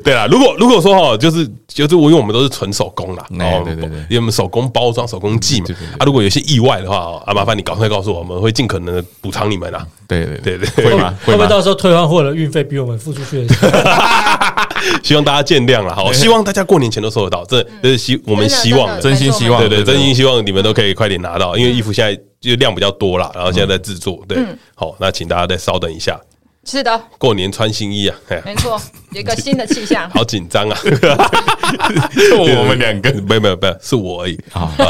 对啦，如果如果说哈，就是就是我因为我们都是纯手工啦，哎哦，对对对嗯因为我们手工包装、手工寄嘛对对对，嗯啊，如果有一些意外的话哦啊，麻烦你赶快告诉我，我们会尽可能的补偿你们啊。对对对对嗯对会 <laughs> 吗？会会不吗会？到时候退换货的运费比我们付出去的少？希望大家见谅 <laughs> 了，好，希望大家过年前都收得到，这这是希我 <laughs> 我们希望的，嗯真心希望对对，对对真心希望你们都可以快点拿到，因为衣服现在就量比较多啦，然后嗯现在在制作，对，好，那请大家再稍等一下，是的，过年穿新衣啊，哎呀没错，有一个新的气 <laughs> 象。好紧 <laughs> 张啊，就我们两个 <laughs> 没有没有没有，是我而已。啊，哎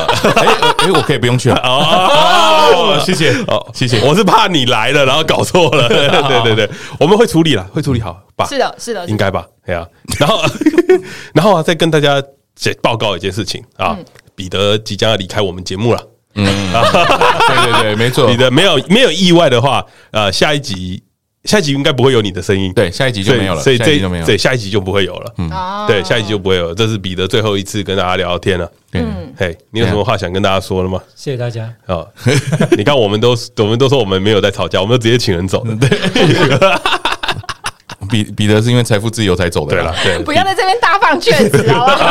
哎，我可以不用去了。哦哦，谢谢哦，谢谢我是怕你来了，然后搞错 <laughs> 了。对对对，我们会处理啦，会处理好吧？是的，是的，应该吧？哎呀、然后 <laughs> 然后啊，再跟大家解报告一件事情啊，彼得即将要离开我们节目了。对对对，没错彼。得没有没有意外的话，呃，下一集下一集应该不会有你的声音，对，下一集就所以，没有了，所以下一这集就没有了对。下一集就不会有了。嗯，啊对，下一集就不会有了。这是彼得最后一次跟大家聊聊天了。啊嗯，嘿，你有什么话想跟大家说的吗？ <laughs> 谢谢大家。啊、 <laughs> 你看，我们都我们都说我们没有在吵架，我们都直接请人走的。彼彼得是因为财富自由才走的对啦。了，对，不要在这边大放厥 <laughs> 词，好不好？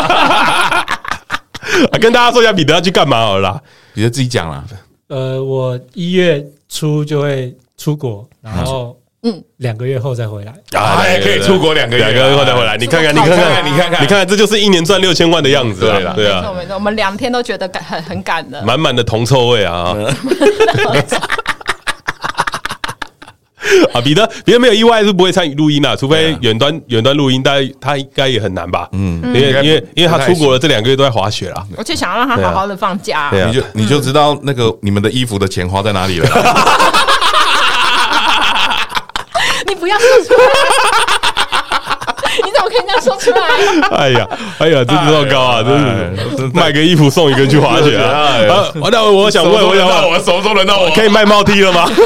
啊跟大家说一下彼得要去干嘛好了啦。彼得自己讲啦，呃，我一月初就会出国，然后嗯，两个月后再回来。哎可以出国两个月两个月后再回来。你看看，你看你看，看看你看看，这就是一年赚六千万的样子对啊！啦对没错啊，没错，我们两天都觉得感很很赶的。满满的铜臭味啊！啊，彼得，彼得没有意外是不会参与录音啦，啊除非远端远端录音，但他应该也很难吧？嗯，因为因为因为他出国了，这两个月都在滑雪啊啦。我就想要让他好好的放假，对啊你就你就知道那个你们的衣服的钱花在哪里了。你不要说出 <laughs> 来，你怎么可以这样说出来？啊哎呀，哎呀，真糟糕啊！真是卖个衣服送一个去滑雪啊哎！呀啊那我想问，我想问，我什么时候轮到我？可以卖帽 T 了吗？ <laughs>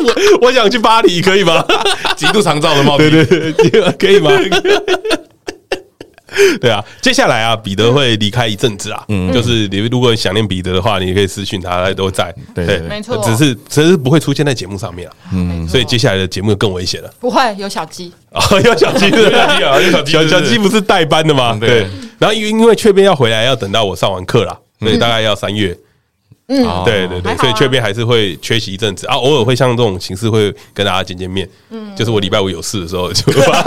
我我想去巴黎，可以吗？极度长照的帽 <laughs> 对子，对对，可以吗？ <laughs> 对啊，接下来啊，彼得会离开一阵子啊，就是你如果想念彼得的话，你可以私讯他，他都在，对对对没错只是只是不会出现在节目上面啊，嗯，所以接下来的节目更危险了。不会有小 <laughs> 鸡，啊，要小鸡 <laughs> 的，小鸡啊有小鸡小是不是小鸡不是代班的吗？嗯对对。然后因为因为雀边要回来，要等到我上完课啦，所以大概要三月。哦对对还对，好啊所以雀边还是会缺席一阵子啊，偶尔会像这种形式会跟大家见见面。嗯就是我礼拜五有事的时候 <laughs> 就把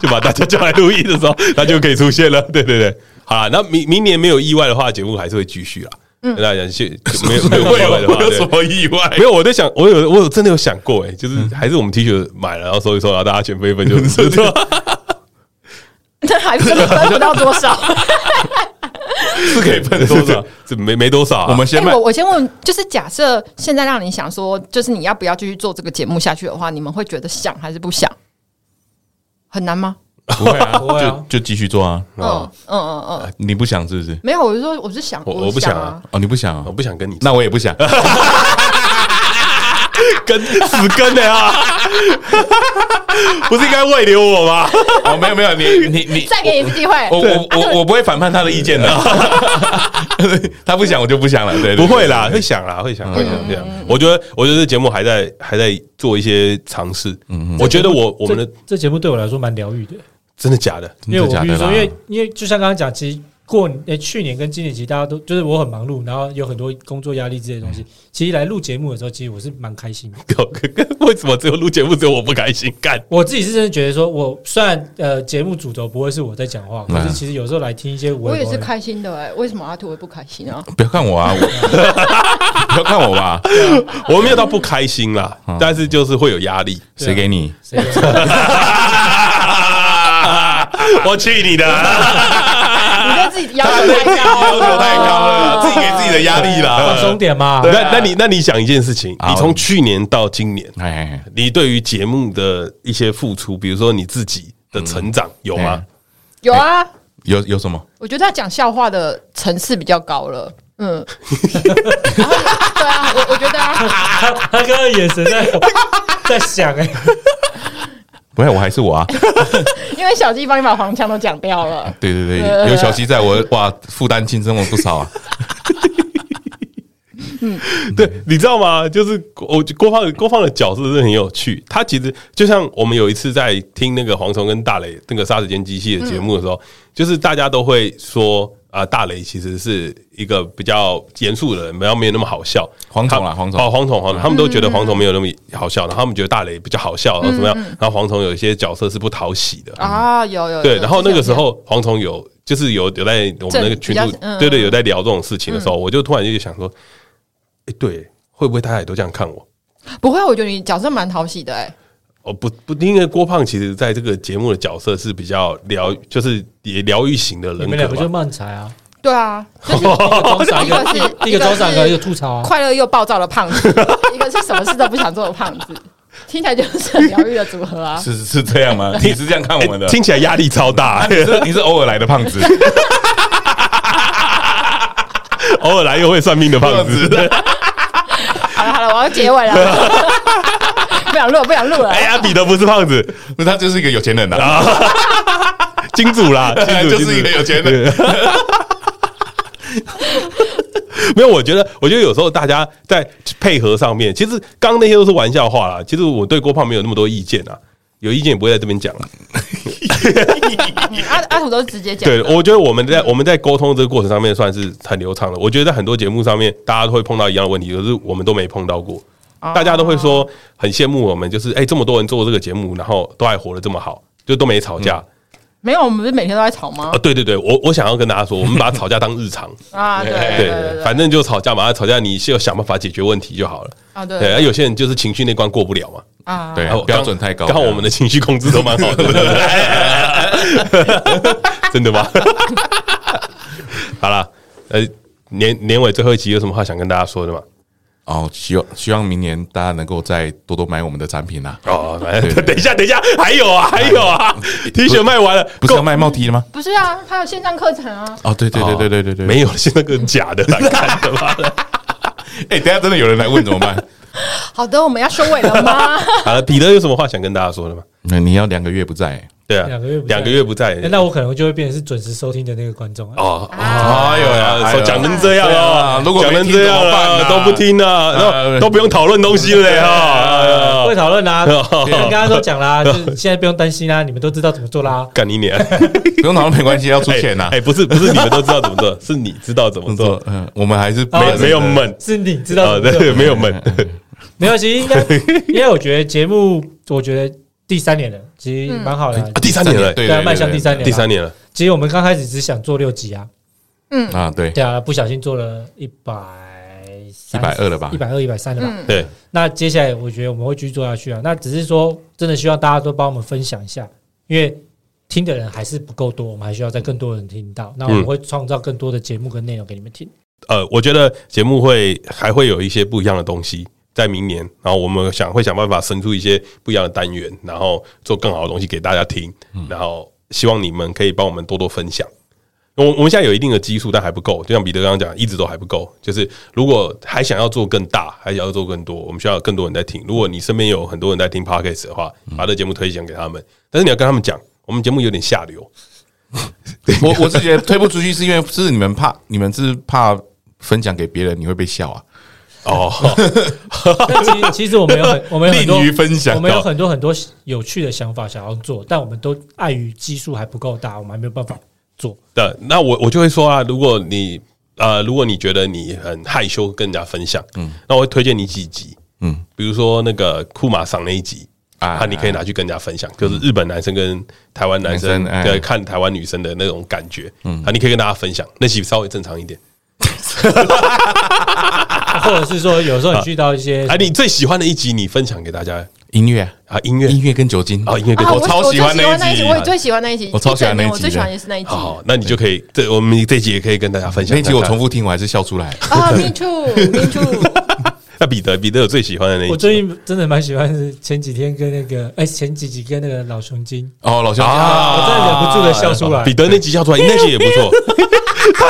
就把大家叫来录音的时候，他就可以出现了。 <laughs> 对对对，好啦，那明明年没有意外的话，节目还是会继续啦。跟大家讲，就 <laughs> 就没有没有会意外的嗯话，有会有对什么意外？没有，我在想，我有我有真的有想过，哎，就是还是我们 T 恤买了，然后收一收，然后大家全分一 <laughs> 分就知道。这还真的分不到多少。是可以分多 <laughs> 多少少？？这没没多少啊。我们先哎卖我。我先问，就是假设现在让你想说，就是你要不要继续做这个节目下去的话，你们会觉得想还是不想？很难吗？不会啊，不会啊就就继续做啊。嗯哦嗯嗯嗯，你不想是不是？没有，我是说我是想，我是我不想想啊，哦，你不想我啊？不想跟你那我也不想。跟死跟的啊，不是应该慰留我吗？哦，没有没有，你你你，再给你一次机会，我我我我不会反叛他的意见的。他不想我就不想了，对，对嗯不会啦，会想啦，会想，会想，会想。我觉得，我觉得这节目还在还在做一些尝试。嗯我觉得我我们的这这节目对我来说蛮疗愈的，真的假的？ <laughs> 因为嗯真的假我的比如说，啦因为因为就像刚刚讲，其实过年、诶去年跟今年其实大家都就是我很忙碌，然后有很多工作压力之类的东嗯西。其实来录节目的时候，其实我是蛮开心的。为什么只有录节目只有我不开心？ <laughs> 干我自己是真的觉得说，我虽然呃节目主轴不会是我在讲话，可嗯是其实有时候来听一些我我也是开心的哎、为什么阿土会不开心啊？不要看我啊，我不要看我吧，我没有到不开心啦，嗯但是就是会有压 <laughs> 力。谁给你？谁知道我去你的！啊你对自己要求太高了，啊啊自己给自己的压力啊放松。点嘛。那啊那你那你想一件事情，好你从去年到今年，哎哎，哎你对于节目的一些付出，比如说你自己的成长有吗嗯？有啊，有有什么？我觉得他讲笑话的层次比较高了。嗯， <laughs> 对啊，我我觉得啊，他他刚刚眼神在在想哎、不会，我还是我啊！因为小鸡帮你把黄腔都讲掉了，对呃 <laughs> 对对，有小七在我哇，负担轻松了不少啊！对，你知道吗？就是我郭放郭放的角色真的很有趣。他其实就像我们有一次在听那个蝗虫跟大雷那个杀时间机器的节目的时候，就是大家都会说啊、大雷其实是一个比较严肃的人，比较没有那么好笑。蝗虫啦他蝗虫哦，蝗虫，蝗虫，他们都觉得蝗虫没有那么好笑，然后他们觉得大雷比较好笑，然后哦怎么样？然后蝗虫有一些角色是不讨喜的，啊，有有对，有然后那个之前时有候蝗虫有就是有有在我们那个群正组比较，嗯对对，有在聊这种事情的时候，我就突然就想说，哎，对，会不会大家也都这样看我？不会，我觉得你角色蛮讨喜的哎、哦，不不，因为郭胖其实在这个节目的角色是比较疗，就是也疗愈型的你人们两格个就吧。慢才啊，对啊，就 <laughs> 是一个哦装傻，一一个个是一个装傻，一一个是个一个吐槽啊。快乐又暴躁的胖子，一个是什么事都不想做的胖子，听起来就是很疗愈的组合啊。是是这样吗？你是这样看我们的？哎听起来压力超大 <laughs> 啊，你 <laughs> 是你是偶尔来的胖 <laughs> 子，偶尔来又会算命的 <laughs> 胖子。好了好了，我要结尾了，不想录了不想录了 <laughs> 哎。呀，彼得不是胖子，那他就是一个有钱人呐、啊，金 <laughs> 主啦，金主就是一个有钱人。 <laughs> 没有，我觉得，我觉得有时候大家在配合上面，其实刚刚那些都是玩笑话啦。其实我对郭胖没有那么多意见啊，有意见也不会在这边讲了。啊嗯阿阿土都是直接讲，对，我觉得我们在我们在沟通这个过程上面算是很流畅的。我觉得在很多节目上面，大家都会碰到一样的问题，就是我们都没碰到过。哦大家啊都会说很羡慕我们，就是哎、这么多人做这个节目，然后都还活得这么好，就都没吵架。没有，我们不是每天都在吵吗啊，？对对对，我我想要跟大家说，我们把吵架当日常，啊，对对哎对对对，反正就吵架嘛，吵架你是要想办法解决问题就好了。啊对，哎对而有些人就是情绪那关过不了嘛，啊，对然后，标准太高。啊刚好我们的情绪控制都蛮好 <laughs> 的，真的吗？好啦，呃，年年尾最后一集有什么话想跟大家说的吗？哦，希望希望明年大家能够再多多买我们的产品啊啦、哦，对 <laughs> 等一下，等一下，还有啊，还有啊，T 恤卖完了，不是够要卖帽 T 了吗？不是啊，还有线上课程啊，哦，对对对对对对对，没有，现在个假的来看的吧。哎、等一下真的有人来问怎么办？好的，我们要收尾了 <laughs> 吗？ <laughs> 好了，彼得有什么话想跟大家说的吗？那你要两个月不在、对啊，两个月不在两个月不在，哎那我可能就会变成是准时收听的那个观众啊。哦，哎呦呀说讲成这样对哦啊，如果讲没成听这样怎么办了啊都不听啊，啊都都不用讨论东西了哎啊！哎呃会呀讨论啦，哦你 <laughs> 们刚刚都讲啦，就是现在不用担心啦，啊你们都知道怎么做啦。干你娘！不用讨论没关系，要出钱啊呐、哎，哎不是不是，你们都知道怎么做，是你知道怎么嗯 <laughs> 做，嗯，我们还是没没有闷。闷是你知道啊，怎么做对，没有闷，没有，其实应该， <laughs> 因为我觉得节目，我觉得第三年了，其实蛮好的啦。第三年了，对对啊对，迈向第三年第三年了，其实我们刚开始只想做六集啊，嗯啊，对，对啊，不小心做了一百120了吧一百二、一百三了吧。嗯对，那接下来我觉得我们会继续做下去啊。那只是说，真的希望大家都帮我们分享一下，因为听的人还是不够多，我们还需要在更多人听到。那我们会创造更多的节目跟内容给你们听。呃，我觉得节目会还会有一些不一样的东西。在明年，然后我们想会想办法生出一些不一样的单元，然后做更好的东西给大家听，然后希望你们可以帮我们多多分享。我我们现在有一定的基数，但还不够。就像彼得刚刚讲，一直都还不够。就是如果还想要做更大，还想要做更多，我们需要有更多人在听。如果你身边有很多人在听 podcast 的话，把这节目推荐给他们。但是你要跟他们讲，我们节目有点下流，我我是觉得推不出去是因为是你们怕，你们是怕分享给别人你会被笑啊，哦，但其实其实我们有很 <laughs> 我们有很多吝于分享我们有很多很多有趣的想法想要做，但我们都碍于基数还不够大，我们还没有办法做。对，那我我就会说啊，如果你呃，如果你觉得你很害羞跟人家分享，嗯，那我会推荐你几集，嗯，比如说那个库马桑那一集。啊嗯啊，你可以拿去跟人家分享，就是日本男生跟台湾男生男生哎对看台湾女生的那种感觉，嗯，啊，你可以跟大家分享，那集稍微正常一点。啊或者是说，有时候你遇到一嗯些啊，你最喜欢的一集，你分享给大家音乐啊、啊，音乐音乐跟酒精啊，音乐跟啊，我超我喜欢最那一集我也最喜欢那一集，我超喜欢那一集的我最喜欢也是那一集。好好，那你就可以，这我们这集也可以跟大家分享。那一集我重复，复听，我还是笑出来。啊，me <laughs> too，me too，那彼得，彼得有最喜欢的那一集吗，我最近真的蛮喜欢是前几天跟那个 <laughs> 哎、前几集跟那个老熊精，哦，老兄我啊真的忍不住的笑出来彼。得那集笑出来，那集也不错。他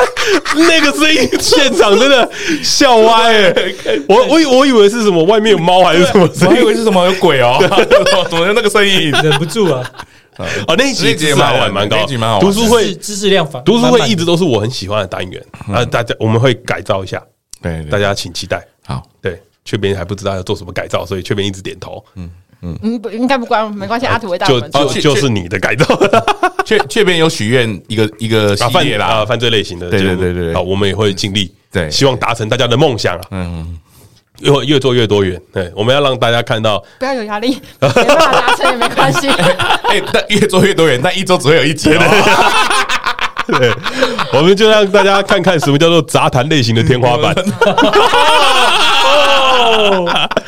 <laughs> 那个声音现场真的笑歪哎、我我以我以为是什么外面有猫还是什么 <laughs> 声我还以音为是什么有鬼 <laughs> 哦，怎么有那个声音？忍不住啊， <laughs> 啊？那一集那集也蛮好玩蛮高那集蛮好，玩读书知识会知识量反读书会一直都是我很喜欢的单元啊，大家我们会改造一下。嗯对，大家请期待。好，对，雀边还不知道要做什么改造，所以雀边一直点头，嗯，不应该不关，没关系，阿土会带我就们就哦去就是你的改造雀雀边有许愿一个一个系啊，犯列啦，啊，犯罪类型的对节目，对对对对嗯好，我们也会尽力，对希望达成大家的梦想啊，嗯，越越做越多元，对，我们要让大家 <laughs> 看到，不要有压力，没办法达成也没关系。哎，但越做越多元，但一周只会有一集哦。我们就让大家看看什么叫做杂谈类型的 <laughs> 天花板，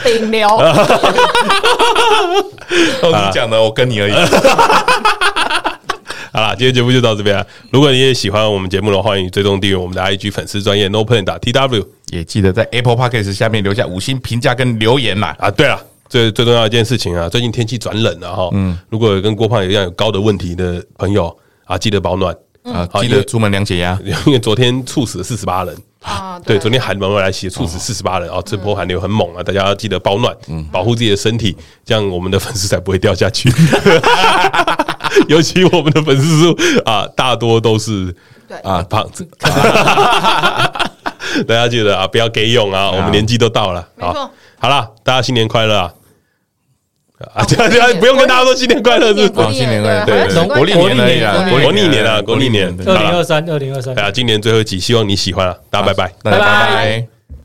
顶流，啊你讲的我跟你而已。好啦，今天节目就到这边、啊。如果你也喜欢我们节目的话，欢迎追踪订阅我们的 IG 粉丝专业 No Plan 打 TW 也记得在 Apple Podcast 下面留下五星评价跟留言啦。啊。对了，最最重要的一件事情啊，最近天气转冷了哈，嗯，如果有跟郭胖一样有高的问题的朋友啊，记得保暖，啊，好记因得为出门量血压。因为昨 <laughs> 天猝死四十八人啊对，对哦嗯昨天寒流来袭，猝死四十八人啊，这波寒流很猛啊，大家要记得保暖，保护自己的身体，这样我们的粉丝才不会掉下去。 <laughs> 尤其我们的粉丝数啊，大多都是对啊胖子， <laughs> 大家记得啊，不要给用啊，我们年纪都到了没错啊。好啦，大家新年快乐啊！啊，啊这样我这样也 <laughs> 不用跟大家说新年快乐是我也吧？啊，新年快乐！对对，好国历年而已啊，国历年啊，国历年，二好零啦二三，二零二三哎对。啊，今年最后一集，希望你喜欢啊，大家拜拜。大家拜拜拜。